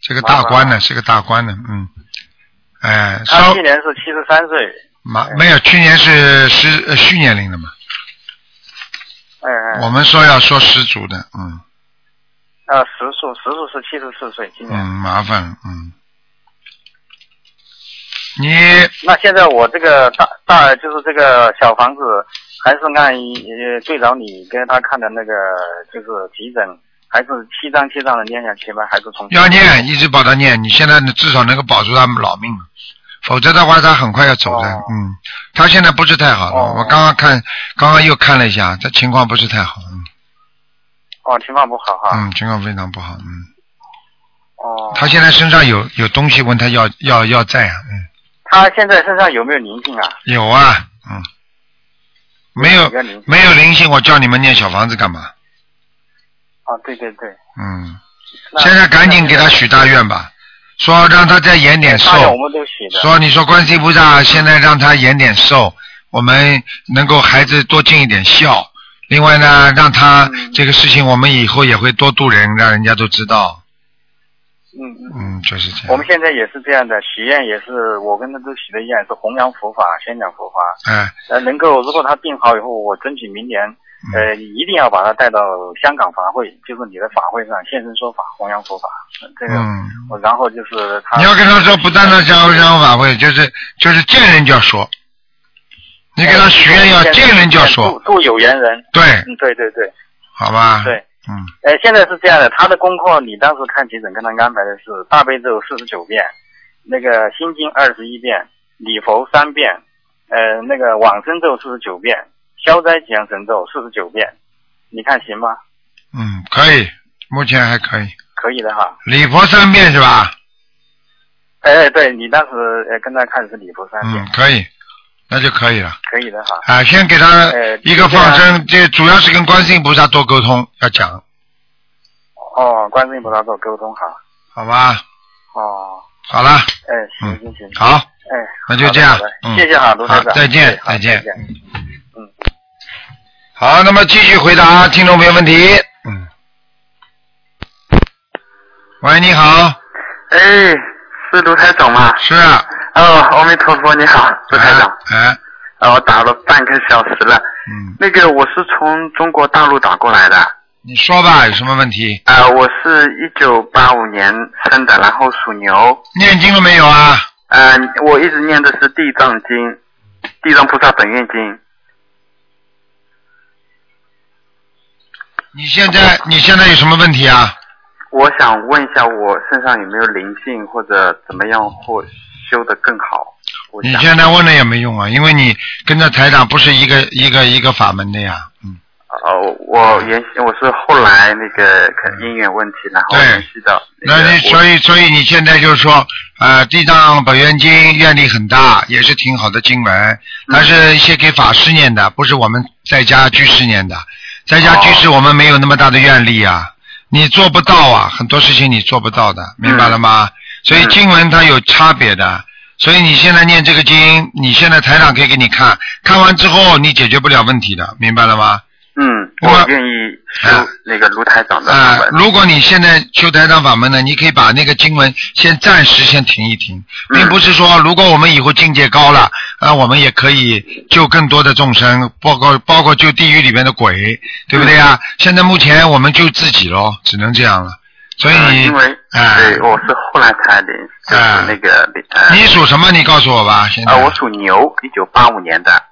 Speaker 1: 这个大官呢，是个大官呢，嗯，哎，
Speaker 6: 他
Speaker 1: 稍
Speaker 6: 去年是七十三岁，
Speaker 1: 麻没有，去年是十呃虚年龄的嘛，
Speaker 6: 哎哎，
Speaker 1: 我们说要说十足的，嗯
Speaker 6: 呃，实数实数是七十四岁，今
Speaker 1: 嗯，
Speaker 6: 年。
Speaker 1: 麻烦了，嗯，你
Speaker 6: 那现在我这个大大就是这个小房子，还是按呃对照你跟他看的那个就是急诊，还是七张七张的念下去吗？还是从
Speaker 1: 要念，一直保他念，你现在至少能够保住他们老命，否则的话他很快要走的。
Speaker 6: 哦
Speaker 1: 嗯，他现在不是太好了，
Speaker 6: 哦
Speaker 1: 我刚刚看，刚刚又看了一下，他情况不是太好，嗯，
Speaker 6: 哦，情况不好哈。
Speaker 1: 嗯情况非常不好，嗯，
Speaker 6: 哦。
Speaker 1: 他现在身上有有东西问他要要要债啊，嗯，
Speaker 6: 他现在身上有没有灵性啊？
Speaker 1: 有啊，嗯，没有
Speaker 6: 有灵性
Speaker 1: 没有灵性，我叫你们念小房子干嘛？
Speaker 6: 哦，对对对。
Speaker 1: 嗯，
Speaker 6: 那
Speaker 1: 现在赶紧给他许大愿吧，说让他再延点寿。
Speaker 6: 大愿我们都许的。
Speaker 1: 说你说观世音菩萨现在让他延点寿，我们能够孩子多尽一点孝。另外呢，让他这个事情我们以后也会多度人，让人家都知道。
Speaker 6: 嗯嗯。
Speaker 1: 嗯，就是这样。
Speaker 6: 我们现在也是这样的，许愿也是我跟他都许的愿，是弘扬佛法，宣讲佛法。
Speaker 1: 哎，
Speaker 6: 呃，能够如果他病好以后，我争取明年，
Speaker 1: 嗯
Speaker 6: 呃，一定要把他带到香港法会，就是你的法会上现身说法，弘扬佛法。呃这个，
Speaker 1: 嗯，
Speaker 6: 我然后就是他，
Speaker 1: 你要跟他说，不单单香香法会，就是就是见人就要说，你
Speaker 6: 你
Speaker 1: 给他许愿
Speaker 6: 呃
Speaker 1: 要见人就要
Speaker 6: 度
Speaker 1: 说，
Speaker 6: 度有缘人。
Speaker 1: 对，
Speaker 6: 嗯，对对对
Speaker 1: 好吧？
Speaker 6: 对，。
Speaker 1: 嗯，
Speaker 6: 呃，现在是这样的，他的功课你当时看急诊跟他安排的是大悲咒四十九遍，那个心经二十一遍，礼佛三遍，呃，那个往生咒四十九遍，消灾吉祥神咒四十九遍，你看行吗？
Speaker 1: 嗯，可以，目前还可以。
Speaker 6: 可以的哈。
Speaker 1: 礼佛三遍是吧？
Speaker 6: 哎，对你当时呃跟他看的是礼佛三遍，
Speaker 1: 嗯，可以，那就可以了。
Speaker 6: 可以的哈。
Speaker 1: 啊，先给他
Speaker 6: 呃
Speaker 1: 一个放
Speaker 6: 对
Speaker 1: 生，这主要是跟观世音菩萨多沟通，要讲，
Speaker 6: 哦，观世音菩萨做沟通哈。
Speaker 1: 好吧？
Speaker 6: 哦，
Speaker 1: 好了，
Speaker 6: 哎，行
Speaker 1: 嗯
Speaker 6: 行行，
Speaker 1: 好，
Speaker 6: 哎，
Speaker 1: 那
Speaker 6: 好
Speaker 1: 就
Speaker 6: 的
Speaker 1: 这样
Speaker 6: 好的
Speaker 1: 嗯
Speaker 6: 谢谢哈，卢台
Speaker 1: 好
Speaker 6: 长，
Speaker 1: 再见
Speaker 6: 哎好
Speaker 1: 再见
Speaker 6: 再见。嗯
Speaker 1: 好，那么继续回答听众朋友问题。嗯。喂，你好，
Speaker 7: 哎，是卢台长吗？
Speaker 1: 是啊，
Speaker 7: 哦，阿弥陀佛，你好，卢台长。
Speaker 1: 哎，
Speaker 7: 啊，我打了半个小时了。
Speaker 1: 嗯，
Speaker 7: 那个，我是从中国大陆打过来的。
Speaker 1: 你说吧，有什么问题？
Speaker 7: 啊、我是一九八五年生的，然后属牛。
Speaker 1: 念经了没有啊？
Speaker 7: 嗯、我一直念的是地藏经，地藏菩萨本愿经。
Speaker 1: 你现在你现在有什么问题啊？
Speaker 7: 我想问一下，我身上有没有灵性，或者怎么样或修得更好？我
Speaker 1: 你
Speaker 7: 想
Speaker 1: 现在问了也没用啊，因为你跟着台长不是一个一个一个法门的呀。嗯，
Speaker 7: 呃，我原先我是后来那个可能因缘问题，然后
Speaker 1: 对
Speaker 7: 联系到
Speaker 1: 那
Speaker 7: 个
Speaker 1: 你
Speaker 7: 我
Speaker 1: 所以所以你现在就是说，呃，地藏本愿经愿力很大，也是挺好的经文，
Speaker 7: 嗯
Speaker 1: 它是一些给法师念的，不是我们在家居士念的。在家居
Speaker 7: 哦
Speaker 1: 士我们没有那么大的愿力啊，你做不到啊，很多事情你做不到的，明白了
Speaker 7: 嗯
Speaker 1: 吗？所以经文它有差别的。所以你现在念这个经，你现在台长可以给你看，看完之后你解决不了问题的，明白了吗？
Speaker 7: 嗯，
Speaker 1: 那么
Speaker 7: 我愿意修那个卢台长的
Speaker 1: 啊、
Speaker 7: 法门。
Speaker 1: 如果你现在修台长法门呢，你可以把那个经文先暂时先停一停，
Speaker 7: 嗯
Speaker 1: 并不是说如果我们以后境界高了，啊，我们也可以救更多的众生，包括包括救地狱里面的鬼，对不对呀、
Speaker 7: 嗯
Speaker 1: 现在目前我们救自己咯，只能这样了。所以
Speaker 7: 嗯
Speaker 1: 你
Speaker 7: 因为、
Speaker 1: 哎
Speaker 7: 对，我是后来才联系，就是
Speaker 1: 哎
Speaker 7: 那个、呃
Speaker 1: 你属什么？你告诉我吧。现在、
Speaker 7: 啊，我属牛，一九八五年的。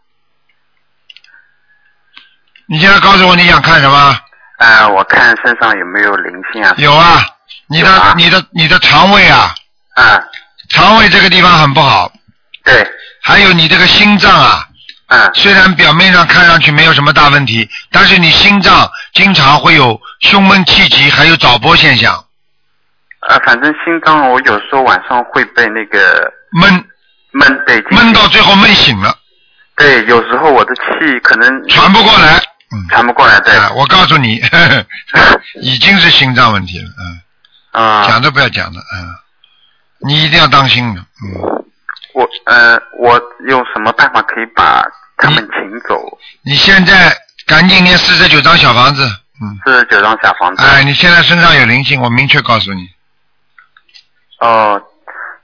Speaker 1: 你现在告诉我你想看什么？
Speaker 7: 啊，我看身上有没有灵性啊？
Speaker 1: 有啊，你的、
Speaker 7: 有啊
Speaker 1: 你的你的肠胃啊，
Speaker 7: 啊，
Speaker 1: 肠胃这个地方很不好，
Speaker 7: 对，
Speaker 1: 还有你这个心脏啊，
Speaker 7: 啊，
Speaker 1: 虽然表面上看上去没有什么大问题，但是你心脏经常会有胸闷气急，还有早搏现象，
Speaker 7: 啊，反正心脏我有时候晚上会被那个
Speaker 1: 闷
Speaker 7: 闷，对，
Speaker 1: 闷到最后闷醒了，
Speaker 7: 对，有时候我的气可能
Speaker 1: 喘不过来，嗯，
Speaker 7: 看不过来，对，
Speaker 1: 啊，我告诉 你，呵呵已经是心脏问题了，嗯，
Speaker 7: 啊、
Speaker 1: 讲都不要讲了，嗯，你一定要当心的，嗯，
Speaker 7: 我呃，我有什么办法可以把他们请走？
Speaker 1: 你现在嗯赶紧念四十九张小房子，嗯，
Speaker 7: 四十九张小房子，
Speaker 1: 哎，你现在身上有灵性，我明确告诉你，
Speaker 7: 哦、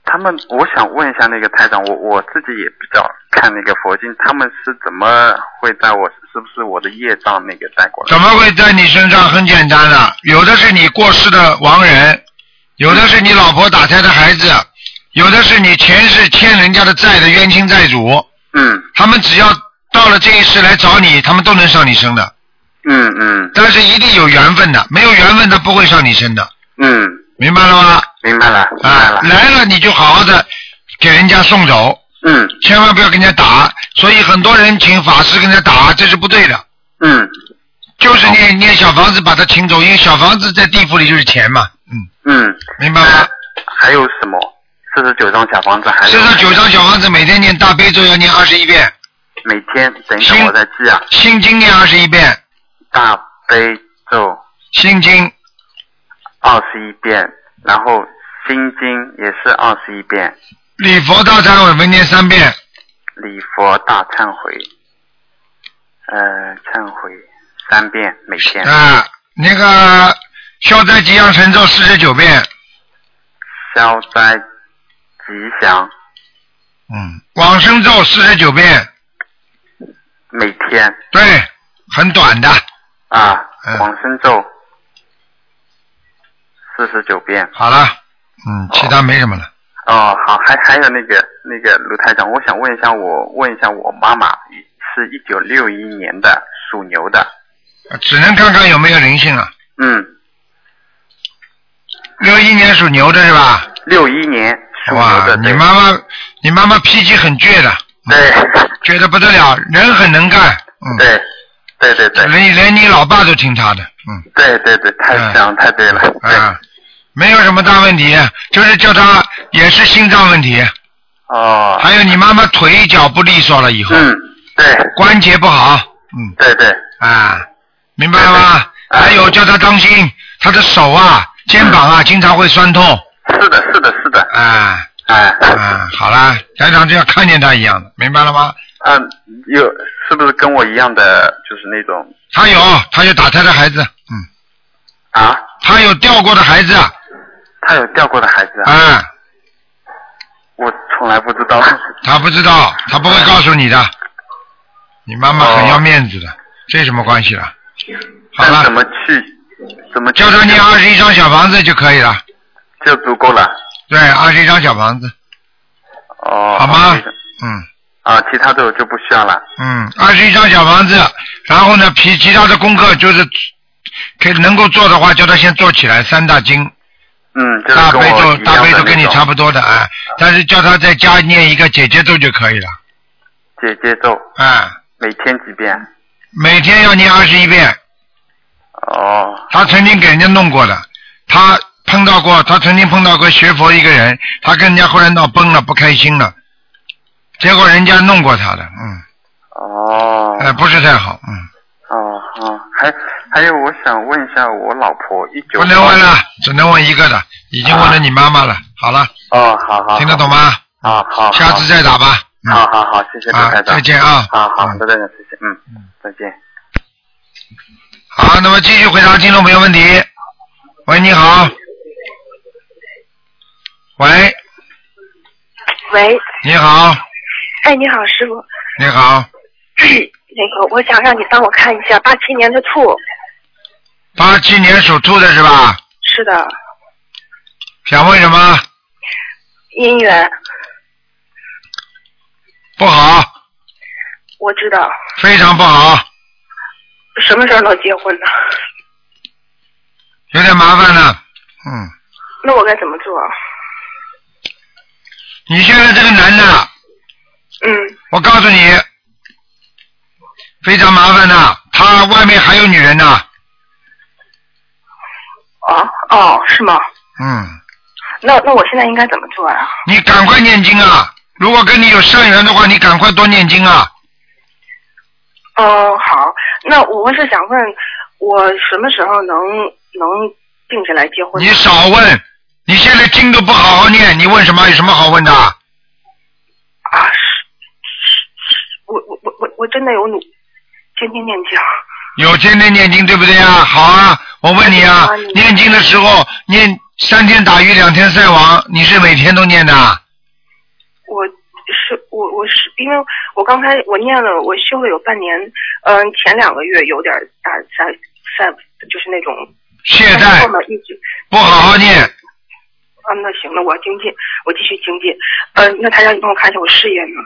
Speaker 7: 他们，我想问一下那个台长，我我自己也比较看那个佛经，他们是怎么会在我是不是我的业障那个带过来？
Speaker 1: 怎么会在你身上？很简单的，有的是你过世的亡人，有的是你老婆打胎的孩子，有的是你前世欠人家的债的冤亲债主，
Speaker 7: 嗯
Speaker 1: 他们只要到了这一世来找你，他们都能上你身的，
Speaker 7: 嗯嗯
Speaker 1: 但是一定有缘分的，没有缘分他不会上你身的，
Speaker 7: 嗯，
Speaker 1: 明白了吗？
Speaker 7: 明白了，明白
Speaker 1: 啊
Speaker 7: 了，，
Speaker 1: 来了你就好好的给人家送走，
Speaker 7: 嗯
Speaker 1: 千万不要跟人家打。所以很多人请法师跟人家打，这是不对的，
Speaker 7: 嗯
Speaker 1: 就是念念小房子把他请走，因为小房子在地府里就是钱嘛，嗯，
Speaker 7: 嗯，
Speaker 1: 明白吗？
Speaker 7: 还有什么？四十九张小房子，还有
Speaker 1: 四十九张小房子每天念大悲咒要念二十一遍，
Speaker 7: 每天等一下
Speaker 1: 行
Speaker 7: 我再记啊，
Speaker 1: 心经念二十一遍，
Speaker 7: 大悲咒
Speaker 1: 心经
Speaker 7: 二十一遍，然后心经也是二十一遍，
Speaker 1: 礼佛大忏悔文念三遍，
Speaker 7: 礼佛大忏悔，呃，忏悔三遍每天，
Speaker 1: 啊，那个消灾吉祥神咒四十九遍，
Speaker 7: 消灾吉祥
Speaker 1: 嗯，往生咒四十九遍，
Speaker 7: 每天
Speaker 1: 对，很短的，
Speaker 7: 啊
Speaker 1: 嗯，
Speaker 7: 往生咒四十九遍。
Speaker 1: 好了，嗯，其他没什么了。
Speaker 7: 哦，好，还还有那个那个卢台长，我想问一下我，问一下我妈妈是一九六一年的，属牛的，
Speaker 1: 只能看看有没有灵性了。
Speaker 7: 嗯，
Speaker 1: 六一年属牛的是吧？
Speaker 7: 六一年属牛
Speaker 1: 哇
Speaker 7: 的，，
Speaker 1: 你
Speaker 7: 对
Speaker 1: 妈妈，你妈妈脾气很倔的，
Speaker 7: 对
Speaker 1: 倔得不得了，人很能干，嗯，
Speaker 7: 对对对对
Speaker 1: 连连你老爸都听他的，嗯，
Speaker 7: 对对对，太
Speaker 1: 嗯
Speaker 7: 想太对了，对，
Speaker 1: 啊，没有什么大问题，就是叫他也是心脏问题，
Speaker 7: 啊哦，
Speaker 1: 还有你妈妈腿脚不利索了以后，
Speaker 7: 嗯，对
Speaker 1: 关节不好，嗯，
Speaker 7: 对对，
Speaker 1: 啊，明白了吗？
Speaker 7: 对对啊
Speaker 1: 还有叫他当心，他的手啊、肩膀啊经常会酸痛，
Speaker 7: 嗯是的是的是的，
Speaker 1: 啊。
Speaker 7: 哎，
Speaker 1: 啊，好啦，台长就要看见他一样的，明白了吗？
Speaker 7: 嗯，有是不是跟我一样的，就是那种
Speaker 1: 他有，他有打胎的孩子，嗯，
Speaker 7: 啊，
Speaker 1: 他有掉过的孩子，
Speaker 7: 他有掉过的孩子啊，
Speaker 1: 啊，
Speaker 7: 我从来不知道，
Speaker 1: 他不知道，他不会告诉你的。你妈妈很要面子的，这有什么关系了？好
Speaker 7: 但怎
Speaker 1: 了，
Speaker 7: 么去怎么去
Speaker 1: 叫他念二十一张小房子就可以了。
Speaker 7: 就足够了。
Speaker 1: 对，二十一张小房子，
Speaker 7: 哦，
Speaker 1: 好吗
Speaker 7: 这个？
Speaker 1: 嗯
Speaker 7: 啊，其他的我就不需要了。
Speaker 1: 嗯，二十一张小房子，然后呢，其其他的功课就是可以能够做的话，叫他先做起来三大经，
Speaker 7: 嗯，就是
Speaker 1: 大
Speaker 7: 跟
Speaker 1: 悲
Speaker 7: 我
Speaker 1: 咒
Speaker 7: 一样的
Speaker 1: 大悲咒跟你
Speaker 7: 那种
Speaker 1: 差不多的啊，但是叫他在家念一个姐姐咒就可以了
Speaker 7: 姐姐咒
Speaker 1: 啊，
Speaker 7: 每天几遍？
Speaker 1: 每天要念二十一遍。
Speaker 7: 哦，
Speaker 1: 他曾经给人家弄过的，他碰到过，他曾经碰到过学佛一个人，他跟人家后来闹崩了，不开心了，结果人家弄过他的，嗯，
Speaker 7: 哦，
Speaker 1: 哎、不是太好，嗯，
Speaker 7: 哦，哦，还还有，我想问一下我老婆一九
Speaker 1: 不能问了，只能问一个的，已经问了你妈妈了，好了，
Speaker 7: 哦，好好，
Speaker 1: 听得懂？吗？
Speaker 7: 啊，好，
Speaker 1: 下次再打吧，嗯
Speaker 7: 好好好，谢谢刘
Speaker 1: 啊，
Speaker 7: 台长，
Speaker 1: 再，见啊，
Speaker 7: 好好，
Speaker 1: 嗯
Speaker 7: 刘台长，谢谢，嗯，再见。
Speaker 1: 好，那么继续回答听众朋友问题。喂，你好。喂，
Speaker 8: 喂，
Speaker 1: 你好，
Speaker 8: 哎，你好，师傅。
Speaker 1: 你好，
Speaker 8: 那个，我想让你帮我看一下八七年的兔。
Speaker 1: 八七年属兔的是吧？
Speaker 8: 是的，
Speaker 1: 想问什么？
Speaker 8: 姻缘
Speaker 1: 不好，
Speaker 8: 我知道，
Speaker 1: 非常不好，
Speaker 8: 什么时候能结婚呢？
Speaker 1: 有点麻烦了。嗯，
Speaker 8: 那我该怎么做？
Speaker 1: 你现在这个男的，
Speaker 8: 嗯，
Speaker 1: 我告诉你，非常麻烦的，他外面还有女人呢。
Speaker 8: 哦哦，是吗？
Speaker 1: 嗯，
Speaker 8: 那那我现在应该怎么做呀、
Speaker 1: 你赶快念经啊！如果跟你有善缘的话，你赶快多念经啊！
Speaker 8: 哦，好，那我是想问，我什么时候能能定下来结婚？
Speaker 1: 你少问，你现在经都不好好念，你问什么？有什么好问的？
Speaker 8: 啊，是，我我我我我真的有努，天天念经。
Speaker 1: 有天天念经对不对啊？好啊，我问你啊，念经的时候念三天打鱼两天晒网，你是每天都念的啊？
Speaker 8: 我是我我是因为我刚才我念了我修了有半年，嗯、前两个月有点儿打塞塞，就是那种
Speaker 1: 懈
Speaker 8: 但是
Speaker 1: 怠
Speaker 8: 后，面一直
Speaker 1: 不好好念，
Speaker 8: 啊，那行了，我要精进，我继续精进。嗯、那台长，你帮我看一下我事业呢？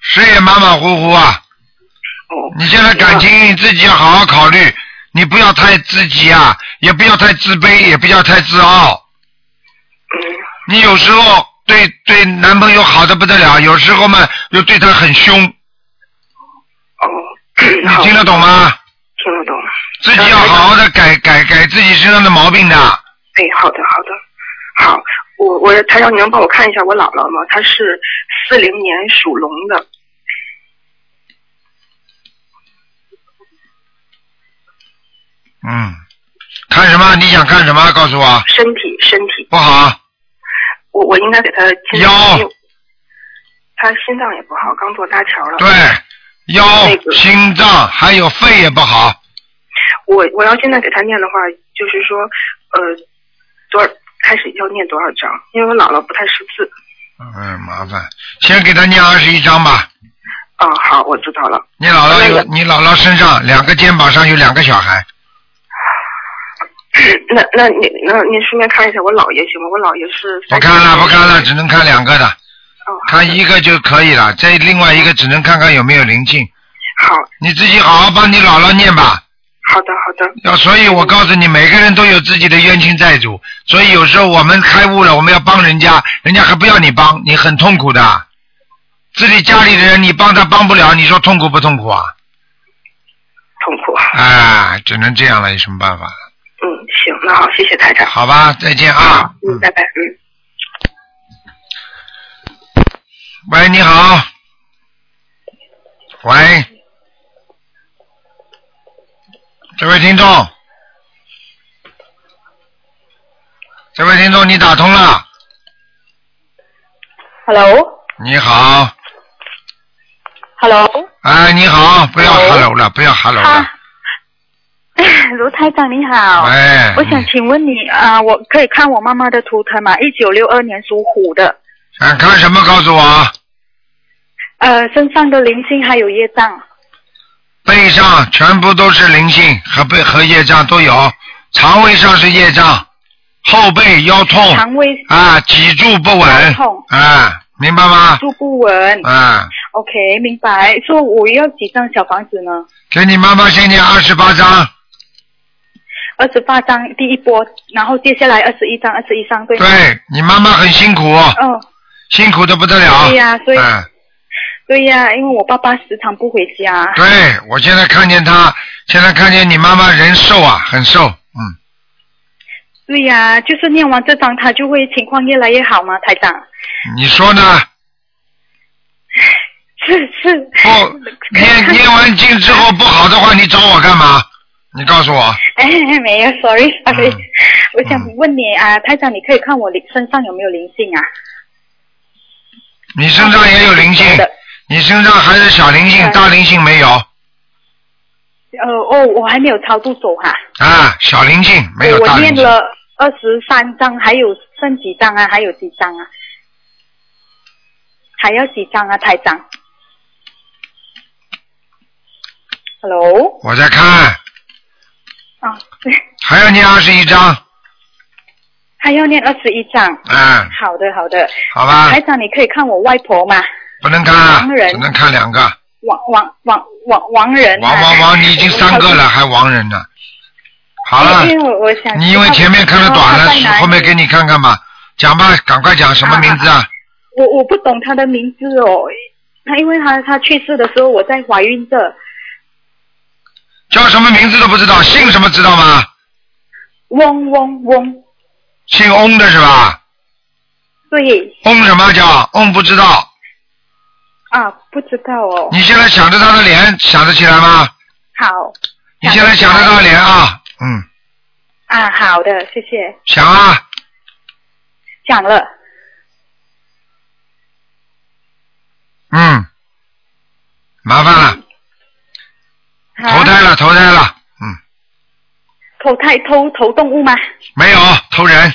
Speaker 1: 事业马马虎虎啊。
Speaker 8: 哦，
Speaker 1: 你现在感情你自己要好好考虑，你不要太自己啊，也不要太自卑，也不要太自傲。
Speaker 8: 嗯，
Speaker 1: 你有时候对对男朋友好的不得了，有时候嘛又对他很凶，
Speaker 8: 哦，
Speaker 1: 你听得懂吗？
Speaker 8: 听得懂。
Speaker 1: 自己要好好的改改改自己身上的毛病的。
Speaker 8: 哎，好的，好的，好，我我台长，你能帮我看一下我姥姥吗？她是四零年属龙的，
Speaker 1: 嗯，看什么？你想看什么？告诉我，
Speaker 8: 身体身体，
Speaker 1: 不好，
Speaker 8: 我我应该给她心脏
Speaker 1: 腰
Speaker 8: 病，她心脏也不好，刚做搭桥了。
Speaker 1: 对，腰
Speaker 8: 那、个
Speaker 1: 心脏还有肺也不好，
Speaker 8: 我我要现在给她念的话，就是说，呃，多少开始要念多少章？因为我姥姥不太识字。
Speaker 1: 嗯，麻烦。先给他念二十一章吧。
Speaker 8: 啊，好，我知道了。
Speaker 1: 你姥姥有
Speaker 8: 那个，
Speaker 1: 你姥姥身上两个肩膀上有两个小孩，
Speaker 8: 那那您那您顺便看一下我姥爷行吗？我姥爷是
Speaker 1: 不看了，不看了，只能看两个的，
Speaker 8: 哦，好
Speaker 1: 看一个就可以了。这另外一个只能看看有没有灵性，
Speaker 8: 好
Speaker 1: 你自己好好帮你姥姥念吧。
Speaker 8: 好的好的，
Speaker 1: 要所以，我告诉你，每个人都有自己的冤亲债主，所以有时候我们开悟了，我们要帮人家，人家还不要你帮，你很痛苦的。自己家里的人你帮他帮不了，你说痛苦不痛苦啊？
Speaker 8: 痛苦。
Speaker 1: 啊，只能这样了，有什么办法？
Speaker 8: 嗯，行，那好，谢谢台长。
Speaker 1: 好吧，再见啊。
Speaker 8: 嗯，拜拜，嗯。
Speaker 1: 喂，你好。喂，这位听众，这位听众，你打通了。
Speaker 9: Hello，Hello，
Speaker 1: 你好，哎，你好，不要 hello 了，不要 hello 了。
Speaker 9: 卢台长你好，
Speaker 1: 喂，
Speaker 9: 我想
Speaker 1: 哎你
Speaker 9: 请问你啊、我可以看我妈妈的图腾吗？一九六二年属虎的，
Speaker 1: 想看什么？告诉我，
Speaker 9: 呃，身上的灵性还有业障，
Speaker 1: 背上全部都是灵性和背和业障都有，肠胃上是业障，后背腰痛
Speaker 9: 肠胃
Speaker 1: 啊，脊柱不
Speaker 9: 腰
Speaker 1: 稳
Speaker 9: 痛
Speaker 1: 啊，明白吗？
Speaker 9: 住不稳。
Speaker 1: 啊，
Speaker 9: OK，明白。说我要几张小房子呢？
Speaker 1: 给你妈妈先念二十八章，
Speaker 9: 二十八张第一波，然后接下来二十一张，二十一张对吗？
Speaker 1: 对你妈妈很辛苦，
Speaker 9: 哦，
Speaker 1: 辛苦的不得了。
Speaker 9: 对呀所以
Speaker 1: 嗯，
Speaker 9: 对呀、因为我爸爸时常不回家。
Speaker 1: 对我现在看见她，现在看见你妈妈人瘦啊，很瘦，嗯，
Speaker 9: 对呀、就是念完这张，他就会情况越来越好吗？台长，
Speaker 1: 你说呢？
Speaker 9: 是是。
Speaker 1: 不念念完经之后不好的话，你找我干嘛？你告诉我，
Speaker 9: 哎， 没有，sorry sorry，、
Speaker 1: 嗯
Speaker 9: 我想问你啊，台长，你可以看我灵身上有没有灵性啊？
Speaker 1: 你身上也有灵性，
Speaker 9: 的，
Speaker 1: 你身上还是小灵性，
Speaker 9: 嗯
Speaker 1: 大灵性没有
Speaker 9: 呃哦，我还没有超度走哈、
Speaker 1: 啊？小灵性没有大
Speaker 9: 我
Speaker 1: 灵
Speaker 9: 念
Speaker 1: 性。
Speaker 9: 了二十三张，还有剩几张啊？还有几张啊？还要几张啊，台长？Hello，
Speaker 1: 我在看，
Speaker 9: 啊， 对，
Speaker 1: 还要念二十一章，
Speaker 9: 还要念二十一张。
Speaker 1: 嗯，
Speaker 9: 好的，好的。
Speaker 1: 好吧
Speaker 9: 台长，你可以看我外婆吗？
Speaker 1: 不能看啊，
Speaker 9: 盲人
Speaker 1: 只能看两个。
Speaker 9: 王王王王王人、啊。
Speaker 1: 王王王，你已经三个了，还王人呢？好了，
Speaker 9: 因为我我想
Speaker 1: 你因为前面看的短
Speaker 9: 知道他在哪
Speaker 1: 了，
Speaker 9: 里
Speaker 1: 后面给你看看吧。讲吧，赶快讲什么名字啊？
Speaker 9: 我我不懂他的名字哦，他因为他他去世的时候我在怀孕着，
Speaker 1: 叫什么名字都不知道，姓什么知道吗？
Speaker 9: 嗡嗡嗡，
Speaker 1: 姓翁的是吧？
Speaker 9: 对，
Speaker 1: 翁什么叫翁不知道？
Speaker 9: 啊，不知道哦。
Speaker 1: 你现在想着他的脸，想得起来吗？
Speaker 9: 好
Speaker 1: 你现在想着他的脸啊，嗯，
Speaker 9: 啊，好的，谢谢。
Speaker 1: 想啊，
Speaker 9: 讲了，
Speaker 1: 嗯，麻烦了，
Speaker 9: 嗯
Speaker 1: 投胎了，投胎了，
Speaker 9: 啊投胎投投动物吗？
Speaker 1: 没有投人，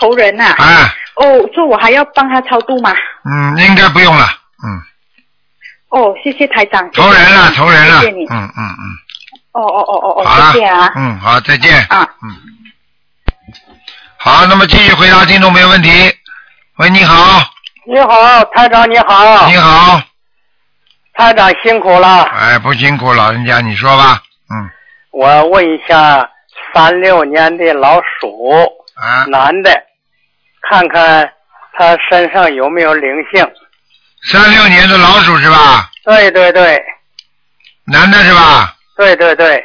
Speaker 9: 投人呐、啊。
Speaker 1: 啊，
Speaker 9: 哦，这我还要帮他超度吗？
Speaker 1: 嗯，应该不用了，
Speaker 9: 哦，谢谢台长。
Speaker 1: 投人了，投人了，
Speaker 9: 谢谢你。
Speaker 1: 嗯嗯嗯，
Speaker 9: 哦哦哦哦
Speaker 1: 好了，
Speaker 9: 哦，谢谢啊。
Speaker 1: 嗯，好，再见，
Speaker 9: 啊，
Speaker 1: 嗯，好，那么继续回答听众朋友问题。喂，你好，
Speaker 10: 你好，台长你好。
Speaker 1: 你好，
Speaker 10: 台长辛苦了。
Speaker 1: 哎，不辛苦老人家，你说吧，嗯，
Speaker 10: 我问一下，三六年的老鼠，
Speaker 1: 啊，
Speaker 10: 男的，看看他身上有没有灵性？
Speaker 1: 三六年的老鼠是吧？
Speaker 10: 对对对
Speaker 1: 男的是吧？
Speaker 10: 对对对，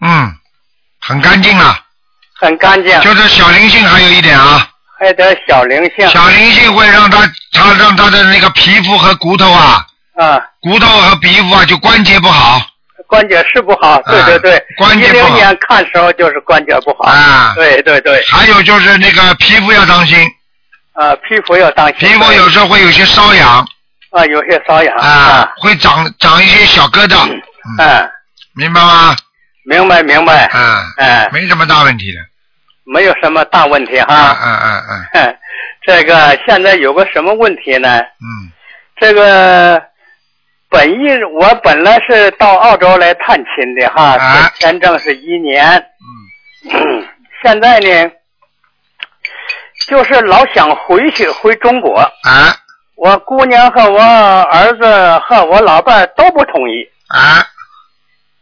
Speaker 1: 嗯，很干净啊了，
Speaker 10: 很干净。
Speaker 1: 就是小灵性还有一点啊，
Speaker 10: 还有点小灵性。
Speaker 1: 小灵性会让他他让他的那个皮肤和骨头啊，
Speaker 10: 啊，
Speaker 1: 骨头和皮肤啊就关节不好，
Speaker 10: 关节是不好，对对对，
Speaker 1: 啊关节
Speaker 10: 一
Speaker 1: 不好
Speaker 10: 零年看时候就是关节不好，
Speaker 1: 啊
Speaker 10: 对对对，
Speaker 1: 还有就是那个皮肤要当心，
Speaker 10: 啊，皮肤要当
Speaker 1: 皮
Speaker 10: 心，
Speaker 1: 肤有时候会有些瘙痒
Speaker 10: 啊有些瘙痒
Speaker 1: 啊，，会长长一些小疙瘩，
Speaker 10: 嗯，
Speaker 1: 明白吗？
Speaker 10: 明白明白，
Speaker 1: 啊，
Speaker 10: 哎，
Speaker 1: 没什么大问题的，
Speaker 10: 没有什么大问题
Speaker 1: 啊
Speaker 10: 哈，
Speaker 1: 啊啊啊，
Speaker 10: 哼 这个现在有个什么问题呢？
Speaker 1: 嗯
Speaker 10: 这个本意我本来是到澳洲来探亲的哈，
Speaker 1: 啊
Speaker 10: 这签证是一年。嗯， 现在呢，就是老想回去回中国。
Speaker 1: 啊
Speaker 10: 我姑娘和我儿子和我老伴儿都不同意，
Speaker 1: 啊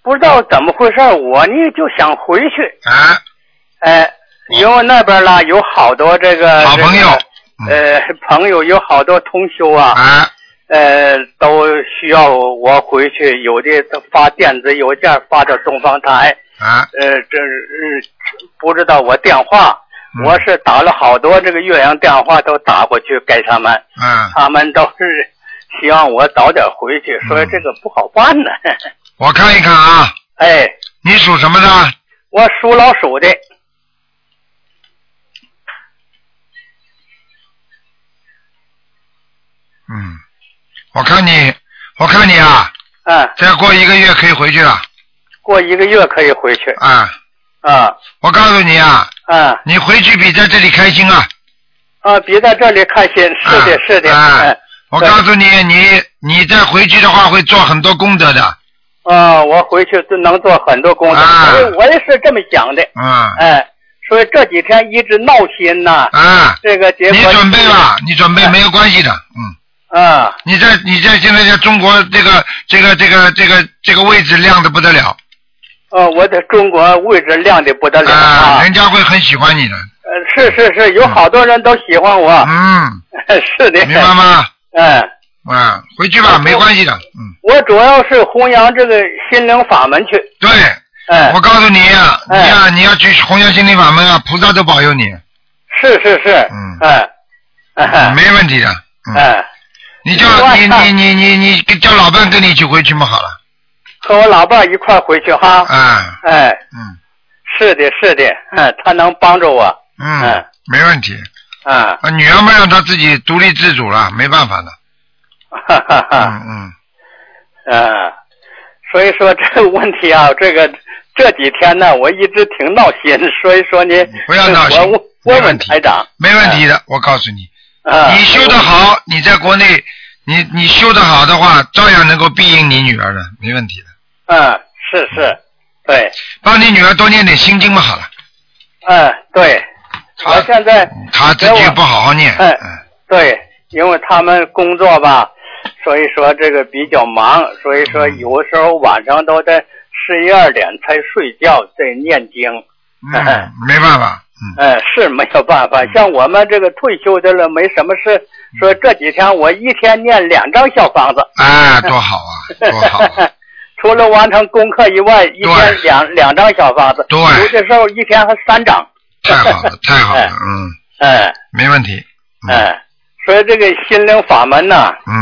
Speaker 10: 不知道怎么回事儿，我呢就想回去。
Speaker 1: 啊，
Speaker 10: 哎，因为那边啦有好多这个
Speaker 1: 好朋友嗯
Speaker 10: 这个呃，朋友有好多同修啊，
Speaker 1: 啊
Speaker 10: 呃，都需要我回去，有的都发电子邮件发到东方台，
Speaker 1: 啊，
Speaker 10: 呃，这呃不知道我电话，
Speaker 1: 嗯
Speaker 10: 我是打了好多这个岳阳电话都打过去给他们，
Speaker 1: 嗯，
Speaker 10: 他们都是希望我早点回去，说这个不好办呢。
Speaker 1: 我看一看啊，
Speaker 10: 哎，
Speaker 1: 你属什么的？
Speaker 10: 我属老鼠的，
Speaker 1: 嗯，我看你，我看你啊，
Speaker 10: 嗯，
Speaker 1: 再过一个月可以回去了
Speaker 10: 过一个月可以回去，
Speaker 1: 啊！
Speaker 10: 啊
Speaker 1: 我告诉你啊，
Speaker 10: 啊
Speaker 1: 你回去比在这里开心啊！
Speaker 10: 啊，比在这里开心，是的，
Speaker 1: 啊
Speaker 10: 是的，
Speaker 1: 啊
Speaker 10: 嗯，
Speaker 1: 我告诉你，你你再回去的话会做很多功德的，
Speaker 10: 啊，我回去就能做很多工作，
Speaker 1: 啊
Speaker 10: 所以我也是这么想的。
Speaker 1: 嗯
Speaker 10: 哎，所以这几天一直闹心呐、
Speaker 1: 啊，
Speaker 10: 这个结
Speaker 1: 你
Speaker 10: 果
Speaker 1: 准备吧，你准备没有关系的，嗯，
Speaker 10: 哎啊，
Speaker 1: 你在你在现在在中国这个这个这个这个这个位置亮的不得了
Speaker 10: 呃，我在中国位置亮的不得了
Speaker 1: 啊，
Speaker 10: 啊，
Speaker 1: 人家会很喜欢你的，
Speaker 10: 呃，是是是，有好多人都喜欢我，
Speaker 1: 嗯，
Speaker 10: 是的，
Speaker 1: 明白吗？
Speaker 10: 嗯，
Speaker 1: 啊，回去
Speaker 10: 哎
Speaker 1: 吧，没关系的，嗯，
Speaker 10: 我主要是弘扬这个心灵法门去，
Speaker 1: 对，
Speaker 10: 嗯
Speaker 1: 我，告诉你啊，你
Speaker 10: 哎
Speaker 1: 呀、你要去弘扬心灵法门啊，菩萨都保佑你，
Speaker 10: 是是是，
Speaker 1: 嗯
Speaker 10: 嗯，嗯，
Speaker 1: 没问题的。嗯，
Speaker 10: 嗯，
Speaker 1: 你叫
Speaker 10: 我
Speaker 1: 你
Speaker 10: 看
Speaker 1: 你你你你你叫老伴跟你一起回去嘛，好了。
Speaker 10: 和我老伴儿一块儿回去哈，
Speaker 1: 啊，
Speaker 10: 哎，
Speaker 1: 嗯
Speaker 10: 是的，是的，嗯，他能帮着我，
Speaker 1: 嗯
Speaker 10: 哎，
Speaker 1: 没问题。
Speaker 10: 嗯，
Speaker 1: 啊，女儿们让她自己独立自主了，没办 法的。
Speaker 10: 哈哈哈。
Speaker 1: 嗯嗯，
Speaker 10: 嗯，所以说这个问题啊，这个这几天呢，我一直挺闹心，所以说呢，
Speaker 1: 不要闹心
Speaker 10: 我问
Speaker 1: 没问
Speaker 10: 问问
Speaker 1: 题
Speaker 10: 台长，
Speaker 1: 没问题的，我告诉你，
Speaker 10: 啊，
Speaker 1: 你修得好，你在国内，你你修得好的话，照样能够庇应你女儿的，没问题的。
Speaker 10: 嗯，是是，对，
Speaker 1: 帮你女儿多念点心经嘛，好了。
Speaker 10: 嗯对，
Speaker 1: 好
Speaker 10: 我现在
Speaker 1: 她自己不好好念，
Speaker 10: 哎
Speaker 1: 嗯，
Speaker 10: 对，因为他们工作吧，所以说这个比较忙，所以
Speaker 1: 嗯
Speaker 10: 说有时候晚上都在十一二点才睡觉，在念经。哎
Speaker 1: 嗯，没办法，嗯。
Speaker 10: 嗯，是没有办法。像我们这个退休的了，没什么事。
Speaker 1: 嗯
Speaker 10: 说这几天我一天念两张小房子，
Speaker 1: 哎，多好啊，多好啊！
Speaker 10: 除了完成功课以外，一天两两张小房子，
Speaker 1: 对
Speaker 10: 有的时候一天还三张。
Speaker 1: 太好了，太好了，嗯，
Speaker 10: 哎
Speaker 1: 没问题，
Speaker 10: 哎，所以这个心灵法门呢，
Speaker 1: 嗯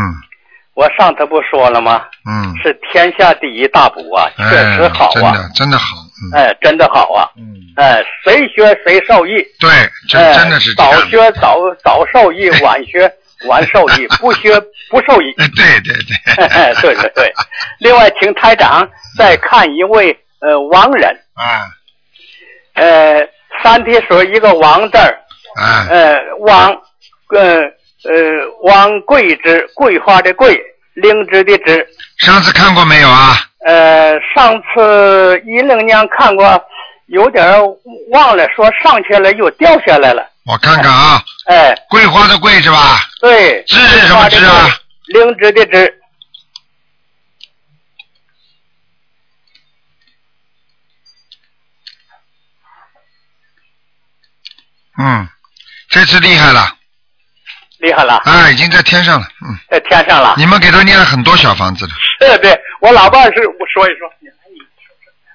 Speaker 10: 我上头不说了吗？
Speaker 1: 嗯，
Speaker 10: 是天下第一大补啊，确实好
Speaker 1: 哎真
Speaker 10: 啊，
Speaker 1: 的真的好，
Speaker 10: 哎，真的好啊，哎，谁学谁受益，
Speaker 1: 嗯对，这
Speaker 10: 哎，
Speaker 1: 真的是这
Speaker 10: 早
Speaker 1: 样，
Speaker 10: 学早早 受益，晚学晚受益，不学不受益。
Speaker 1: 哎对对对， 嗯
Speaker 10: 对对对。另外，请台长再看一位呃亡人，
Speaker 1: 啊
Speaker 10: 呃，三滴水一个王字儿，
Speaker 1: 啊
Speaker 10: 呃，王，呃呃，王桂枝，桂花的桂，灵芝的芝。
Speaker 1: 上次看过没有啊？
Speaker 10: 呃，上次一零年看过，有点儿忘了，说上去了又掉下来了。
Speaker 1: 我看看啊，
Speaker 10: 哎，
Speaker 1: 桂花的桂是吧？
Speaker 10: 对，
Speaker 1: 芝是什么芝啊？
Speaker 10: 灵芝的芝，
Speaker 1: 嗯，这次厉害了，
Speaker 10: 厉害了，
Speaker 1: 啊，已经在天上了，嗯，
Speaker 10: 在天上了。
Speaker 1: 你们给他念了很多小房子了，
Speaker 10: 对对，我老伴儿是我说一说。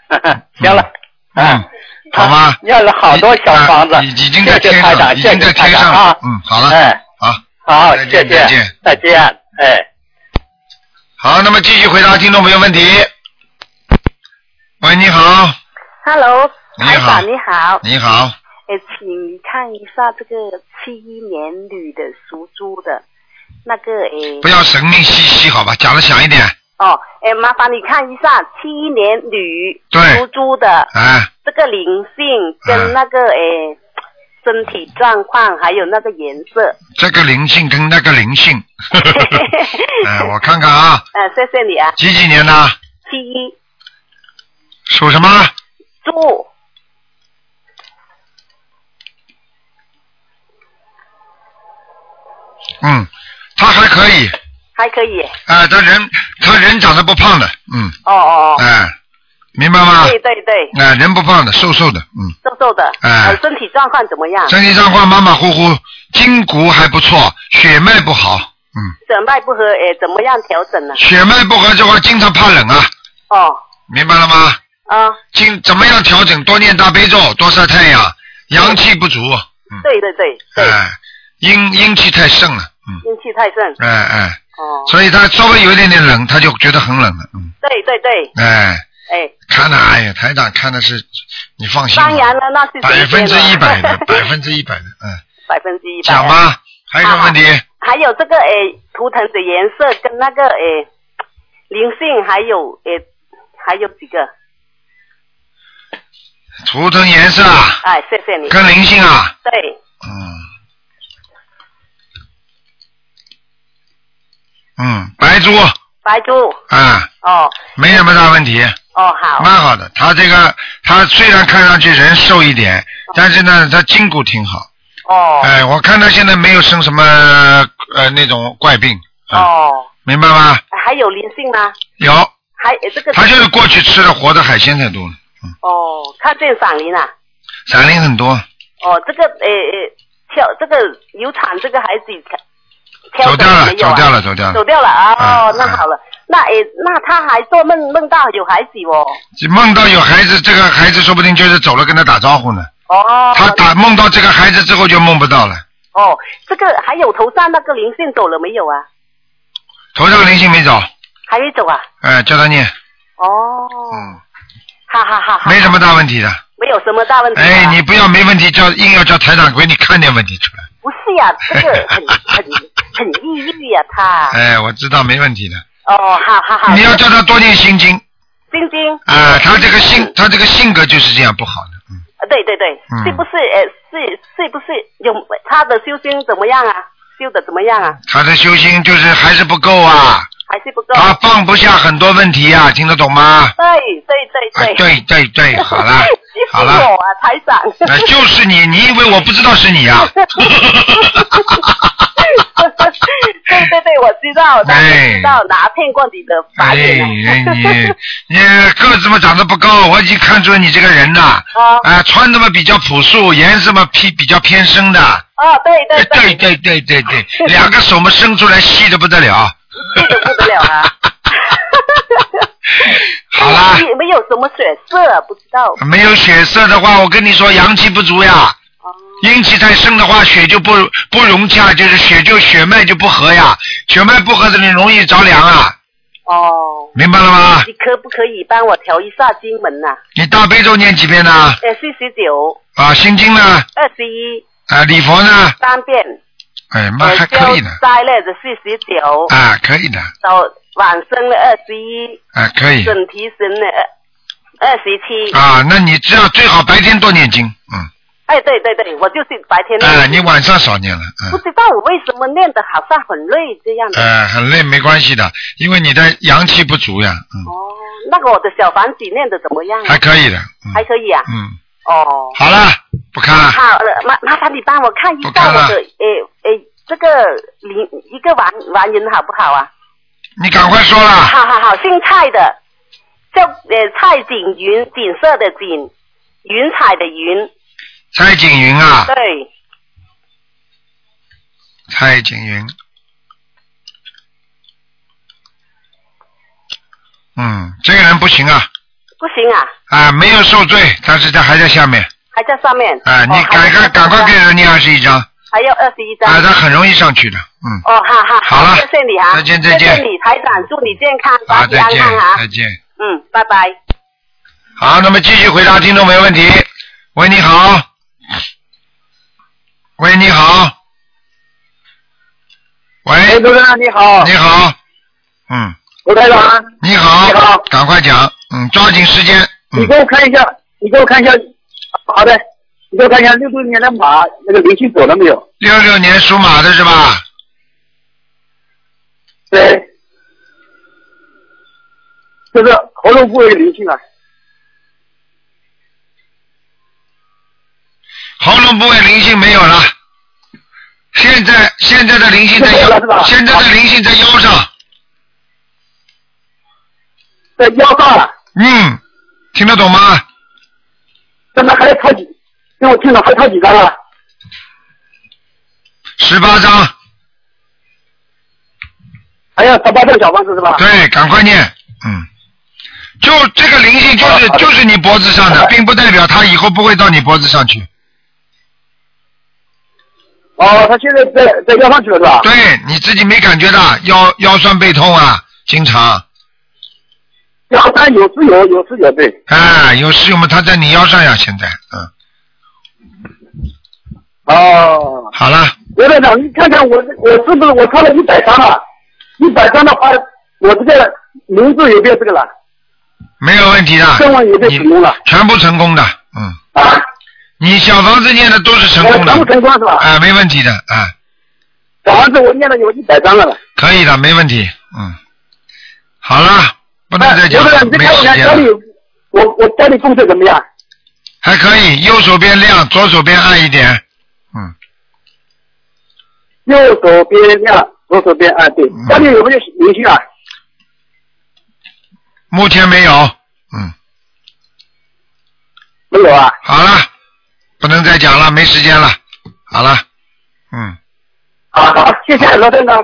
Speaker 10: 行了，
Speaker 1: 嗯，
Speaker 10: 好吗？念了好多小房子，
Speaker 1: 已经在
Speaker 10: 谢
Speaker 1: 天
Speaker 10: 谢台
Speaker 1: 上了，
Speaker 10: 长，
Speaker 1: 已
Speaker 10: 谢谢
Speaker 1: 经在
Speaker 10: 台
Speaker 1: 天上
Speaker 10: 长
Speaker 1: 了
Speaker 10: 啊，，
Speaker 1: 嗯，好了，
Speaker 10: 哎，
Speaker 1: 好，
Speaker 10: 好，
Speaker 1: 再
Speaker 10: 谢
Speaker 1: 见
Speaker 10: 谢，
Speaker 1: 再见，
Speaker 10: 再见，哎。
Speaker 1: 好，那么继续回答听众朋友问题。喂，你好，
Speaker 11: Hello，
Speaker 1: 你
Speaker 11: 台
Speaker 1: 好
Speaker 11: 长你好，
Speaker 1: 你好，
Speaker 11: 哎，请看一下这个七一年女的属猪的，那个哎，
Speaker 1: 不要神秘兮兮，好吧，讲的响一点，
Speaker 11: 哦，哎，麻烦你看一下七一年女
Speaker 1: 对
Speaker 11: 属猪的
Speaker 1: 哎，
Speaker 11: 这个灵性
Speaker 1: 啊
Speaker 11: 跟那个哎身体状况，还有那个颜 色，
Speaker 1: 这个灵性跟那个灵性， 哎，我看看啊，
Speaker 11: 呃，谢谢你啊，
Speaker 1: 几几年的？
Speaker 11: 七一
Speaker 1: 属什么？
Speaker 11: 猪，
Speaker 1: 嗯，他还可以，
Speaker 11: 还可以，
Speaker 1: 啊，他人他人长得不胖的，嗯，
Speaker 11: 哦哦，哦，
Speaker 1: 哎，明白吗？
Speaker 11: 对对对，
Speaker 1: 哎，人不胖的，瘦瘦的，嗯，
Speaker 11: 瘦瘦的，
Speaker 1: 哎
Speaker 11: 呃身体状况怎么样？
Speaker 1: 身体状况马马虎虎，筋骨还不错，血脉不好，嗯
Speaker 11: 血脉不和，哎，怎么样调整呢？
Speaker 1: 血脉不和的话，经常怕冷啊，
Speaker 11: 哦，
Speaker 1: 明白了吗？
Speaker 11: 啊、
Speaker 1: 经怎么样调整？多念大悲咒，多晒太阳，阳气不足，嗯
Speaker 11: 对对对，
Speaker 1: 哎，阴阴气太盛了，
Speaker 11: 阴气太盛。
Speaker 1: 哎哎，
Speaker 11: 哦，
Speaker 1: 嗯所以他稍微有一点点冷，他就觉得很冷了，嗯，
Speaker 11: 对对对，
Speaker 1: 哎，
Speaker 11: 哎，
Speaker 1: 看的，哎呀，台长看的是，你放心吧，
Speaker 11: 当然了，那是
Speaker 1: 百分之一百 的，
Speaker 11: 百
Speaker 1: 百分之一百的，嗯，
Speaker 11: 百分之一百。啊
Speaker 1: 讲吧，还有什么问题？
Speaker 11: 还有这个诶，图腾的颜色跟那个诶灵性，还有诶还有几个？
Speaker 1: 图腾颜色啊，
Speaker 11: 哎，谢谢你。
Speaker 1: 跟灵性啊。
Speaker 11: 对，
Speaker 1: 嗯，嗯，白猪
Speaker 11: 白猪。
Speaker 1: 啊，
Speaker 11: 哦
Speaker 1: 没什么大问题，
Speaker 11: 哦，好。
Speaker 1: 蛮好的。他这个他虽然看上去人瘦一点，但是呢，他筋骨挺好。
Speaker 11: 哦。
Speaker 1: 哎，我看他现在没有生什么呃那种怪病，嗯
Speaker 11: 哦，
Speaker 1: 明白吗？
Speaker 11: 还有灵性吗？
Speaker 1: 有，
Speaker 11: 还诶这个。
Speaker 1: 他就是过去吃了活的海鲜太多了，
Speaker 11: 哦，看见闪灵啊。
Speaker 1: 散灵很多，
Speaker 11: 哦，这个诶诶，挑这个流产这个孩子挑
Speaker 1: 走掉了
Speaker 11: 没有啊
Speaker 1: 走掉了走掉了
Speaker 11: 走掉了啊！哦
Speaker 1: 嗯，
Speaker 11: 那好了，那诶，那他还做梦梦到有孩子哦，
Speaker 1: 梦到有孩子，这个孩子说不定就是走了跟他打招呼呢。
Speaker 11: 哦，
Speaker 1: 他打梦到这个孩子之后就梦不到了，
Speaker 11: 哦，这个还有头上那个灵性走了没有啊？
Speaker 1: 头上灵性没走，
Speaker 11: 还没走啊？
Speaker 1: 哎，叫他念，
Speaker 11: 哦，
Speaker 1: 嗯，
Speaker 11: 哈哈哈哈，
Speaker 1: 没什么大问题的。
Speaker 11: 没有什么大问题啊。
Speaker 1: 哎，你不要没问题叫硬要叫台长给你看点问题出来。
Speaker 11: 不是呀、这个很很很抑郁呀、他。
Speaker 1: 哎，我知道没问题的。
Speaker 11: 哦，好好好。
Speaker 1: 你要叫他多念心经
Speaker 11: 晶晶。
Speaker 1: 啊，他这个性他这个性格就是这样不好的。
Speaker 11: 呃对对对，
Speaker 1: 嗯
Speaker 11: 是不是？呃，是是不是有他的修心怎么样啊？修的怎么样啊？
Speaker 1: 他的修心就是还是不够 啊，
Speaker 11: 还是不够？
Speaker 1: 他放不下很多问题啊，听得懂吗？
Speaker 11: 对对
Speaker 1: 啊
Speaker 11: 对，
Speaker 1: 对对对，好 了好
Speaker 11: 是
Speaker 1: 了。
Speaker 11: 我啊，台长。
Speaker 1: 哎，就是你，你以为我不知道是你啊？
Speaker 11: 对对对，我知道，当然知道，哪骗过你的法
Speaker 1: 哎，
Speaker 11: 眼啊？
Speaker 1: 你你个子嘛长得不高，我已经看出你这个人呐，
Speaker 11: 哦
Speaker 1: 啊，穿的嘛比较朴素，颜色嘛偏比较偏深的，哎
Speaker 11: 哦，对对对，
Speaker 1: 对对对对对， 两个手嘛啊 伸出来细的不得了，
Speaker 11: 这个不得了啊！
Speaker 1: 啦
Speaker 11: 没没有什么血色，不知道。
Speaker 1: 没有血色的话，我跟你说阳气不足
Speaker 11: 啊
Speaker 1: 呀，阴气太盛的话，血就不不融洽，就是血就血脉就不和呀，血脉不和的人容易着凉啊，
Speaker 11: 哦，
Speaker 1: 明白了吗？
Speaker 11: 你可不可以帮我调一下经文呐、
Speaker 1: 你大悲咒念几遍呢？
Speaker 11: 呃，四十九，
Speaker 1: 啊，心经呢？
Speaker 11: 二十一，
Speaker 1: 啊，礼佛呢？
Speaker 11: 三遍。呃
Speaker 1: 哎，那还可以呢，
Speaker 11: 灾呢是四十九，
Speaker 1: 啊，可以的，
Speaker 11: 到晚生了二十一，
Speaker 1: 啊，可以，
Speaker 11: 准提神了二二十七。
Speaker 1: 啊，那你只要最好白天多念经，嗯，
Speaker 11: 哎，对对对，我就是白天练。
Speaker 1: 哎，你晚上少念了，嗯。
Speaker 11: 不知道我为什么练的好像很累这样的。
Speaker 1: 呃，很累没关系的，因为你的阳气不足呀，嗯，
Speaker 11: 哦那个我的小房子练的怎么样啊？
Speaker 1: 还可以的，
Speaker 11: 还可以啊。
Speaker 1: 嗯，
Speaker 11: 哦。
Speaker 1: 好了，不看了，
Speaker 11: 好了，麻麻烦你帮我看一
Speaker 1: 不看
Speaker 11: 下我
Speaker 1: 了
Speaker 11: 的，诶诶，这个零一个完完人好不好啊？
Speaker 1: 你赶快说啦，
Speaker 11: 好好好，姓蔡的，叫呃蔡景云，景色的景，云彩的云。
Speaker 1: 蔡景云啊，
Speaker 11: 对，
Speaker 1: 蔡景云，嗯，这个人不行啊，
Speaker 11: 不行啊，
Speaker 1: 啊，没有受罪，但是他还在下面，
Speaker 11: 还在上面。哦
Speaker 1: 啊，你赶快赶快给人念二十一章，
Speaker 11: 还要二十一张。
Speaker 1: 啊，他很容易上去的，嗯，
Speaker 11: 哦，好好
Speaker 1: 好了
Speaker 11: 谢谢你啊，
Speaker 1: 再见再见
Speaker 11: 谢谢你台长，祝你健康，
Speaker 1: 好，
Speaker 11: 身体
Speaker 1: 再
Speaker 11: 安
Speaker 1: 见
Speaker 11: 康啊，
Speaker 1: 再见，
Speaker 11: 嗯，拜拜。
Speaker 1: 好，那么继续回答听众没问题，喂，你好，喂，你好，喂，
Speaker 5: 卢台长你好，
Speaker 1: 你好，嗯，
Speaker 5: 卢台长，
Speaker 1: 你好，
Speaker 5: 你好，
Speaker 1: 赶快讲，嗯，抓紧时间，嗯
Speaker 5: 你给我看一下，你给我看一下，好的，你给我看一下六六年的马那个灵性走了没有？
Speaker 1: 六六年属马的是吧？
Speaker 5: 对，就是喉咙部位的灵性啊，
Speaker 1: 喉咙部位灵性没有了，现在现在的灵性在
Speaker 5: 没有了是
Speaker 1: 腰，
Speaker 5: 吧
Speaker 1: 现在的灵性在腰上，
Speaker 5: 在腰上了，
Speaker 1: 嗯，听得懂吗？
Speaker 5: 现在还有超几，给我听了还有超几张了？
Speaker 1: 十八章，
Speaker 5: 还要十八张小房子是吧？
Speaker 1: 对，赶快念，嗯，就这个灵性就是就是你脖子上的，并不代表它以后不会到你脖子上去，
Speaker 5: 哦，他现在在在腰上去了是吧？
Speaker 1: 对你自己没感觉的，腰腰酸背痛啊，经常，
Speaker 5: 腰上有是有，有是有，对。
Speaker 1: 啊，有事有吗？它在你腰上呀，现在，嗯，
Speaker 5: 哦，
Speaker 1: 好了，
Speaker 5: 刘队长，你看看我我是不是我超了一百张了？一百张的话，我这个名字有没有这个了？
Speaker 1: 没有问题的，
Speaker 5: 声纹有没有成功了？啊
Speaker 1: 全部成功的，嗯。你小房子念的都是成功的，
Speaker 5: 全部成功是吧？
Speaker 1: 啊，没问题的啊，
Speaker 5: 小房子我念了有一百张了吧。
Speaker 1: 可以的，没问题，嗯。好了，不能再讲
Speaker 5: 刘队
Speaker 1: 了
Speaker 5: 长，你，
Speaker 1: 没
Speaker 5: 看我
Speaker 1: 时间
Speaker 5: 家里
Speaker 1: 了。，
Speaker 5: 我我家里供色怎么样？
Speaker 1: 还可以，右手边亮，左手边暗一点。
Speaker 5: 右手边亮，左手边暗，对。
Speaker 1: 嗯
Speaker 5: 家里有没有灵性啊？
Speaker 1: 目前没有，嗯
Speaker 5: 没有啊。
Speaker 1: 好了，不能再讲了，没时间了。好了，嗯，
Speaker 5: 好，好，谢谢罗队长。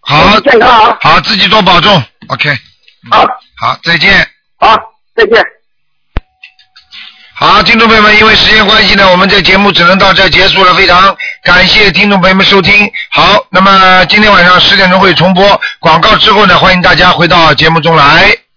Speaker 1: 好，
Speaker 5: 健康啊
Speaker 1: 好，自己多保重。OK，嗯
Speaker 5: 好，
Speaker 1: 好，再见。
Speaker 5: 好，再见。
Speaker 1: 好，听众朋友们，因为时间关系呢，我们这节目只能到这儿结束了。非常感谢听众朋友们收听。好，那么今天晚上十点钟会重播广告之后呢，欢迎大家回到节目中来。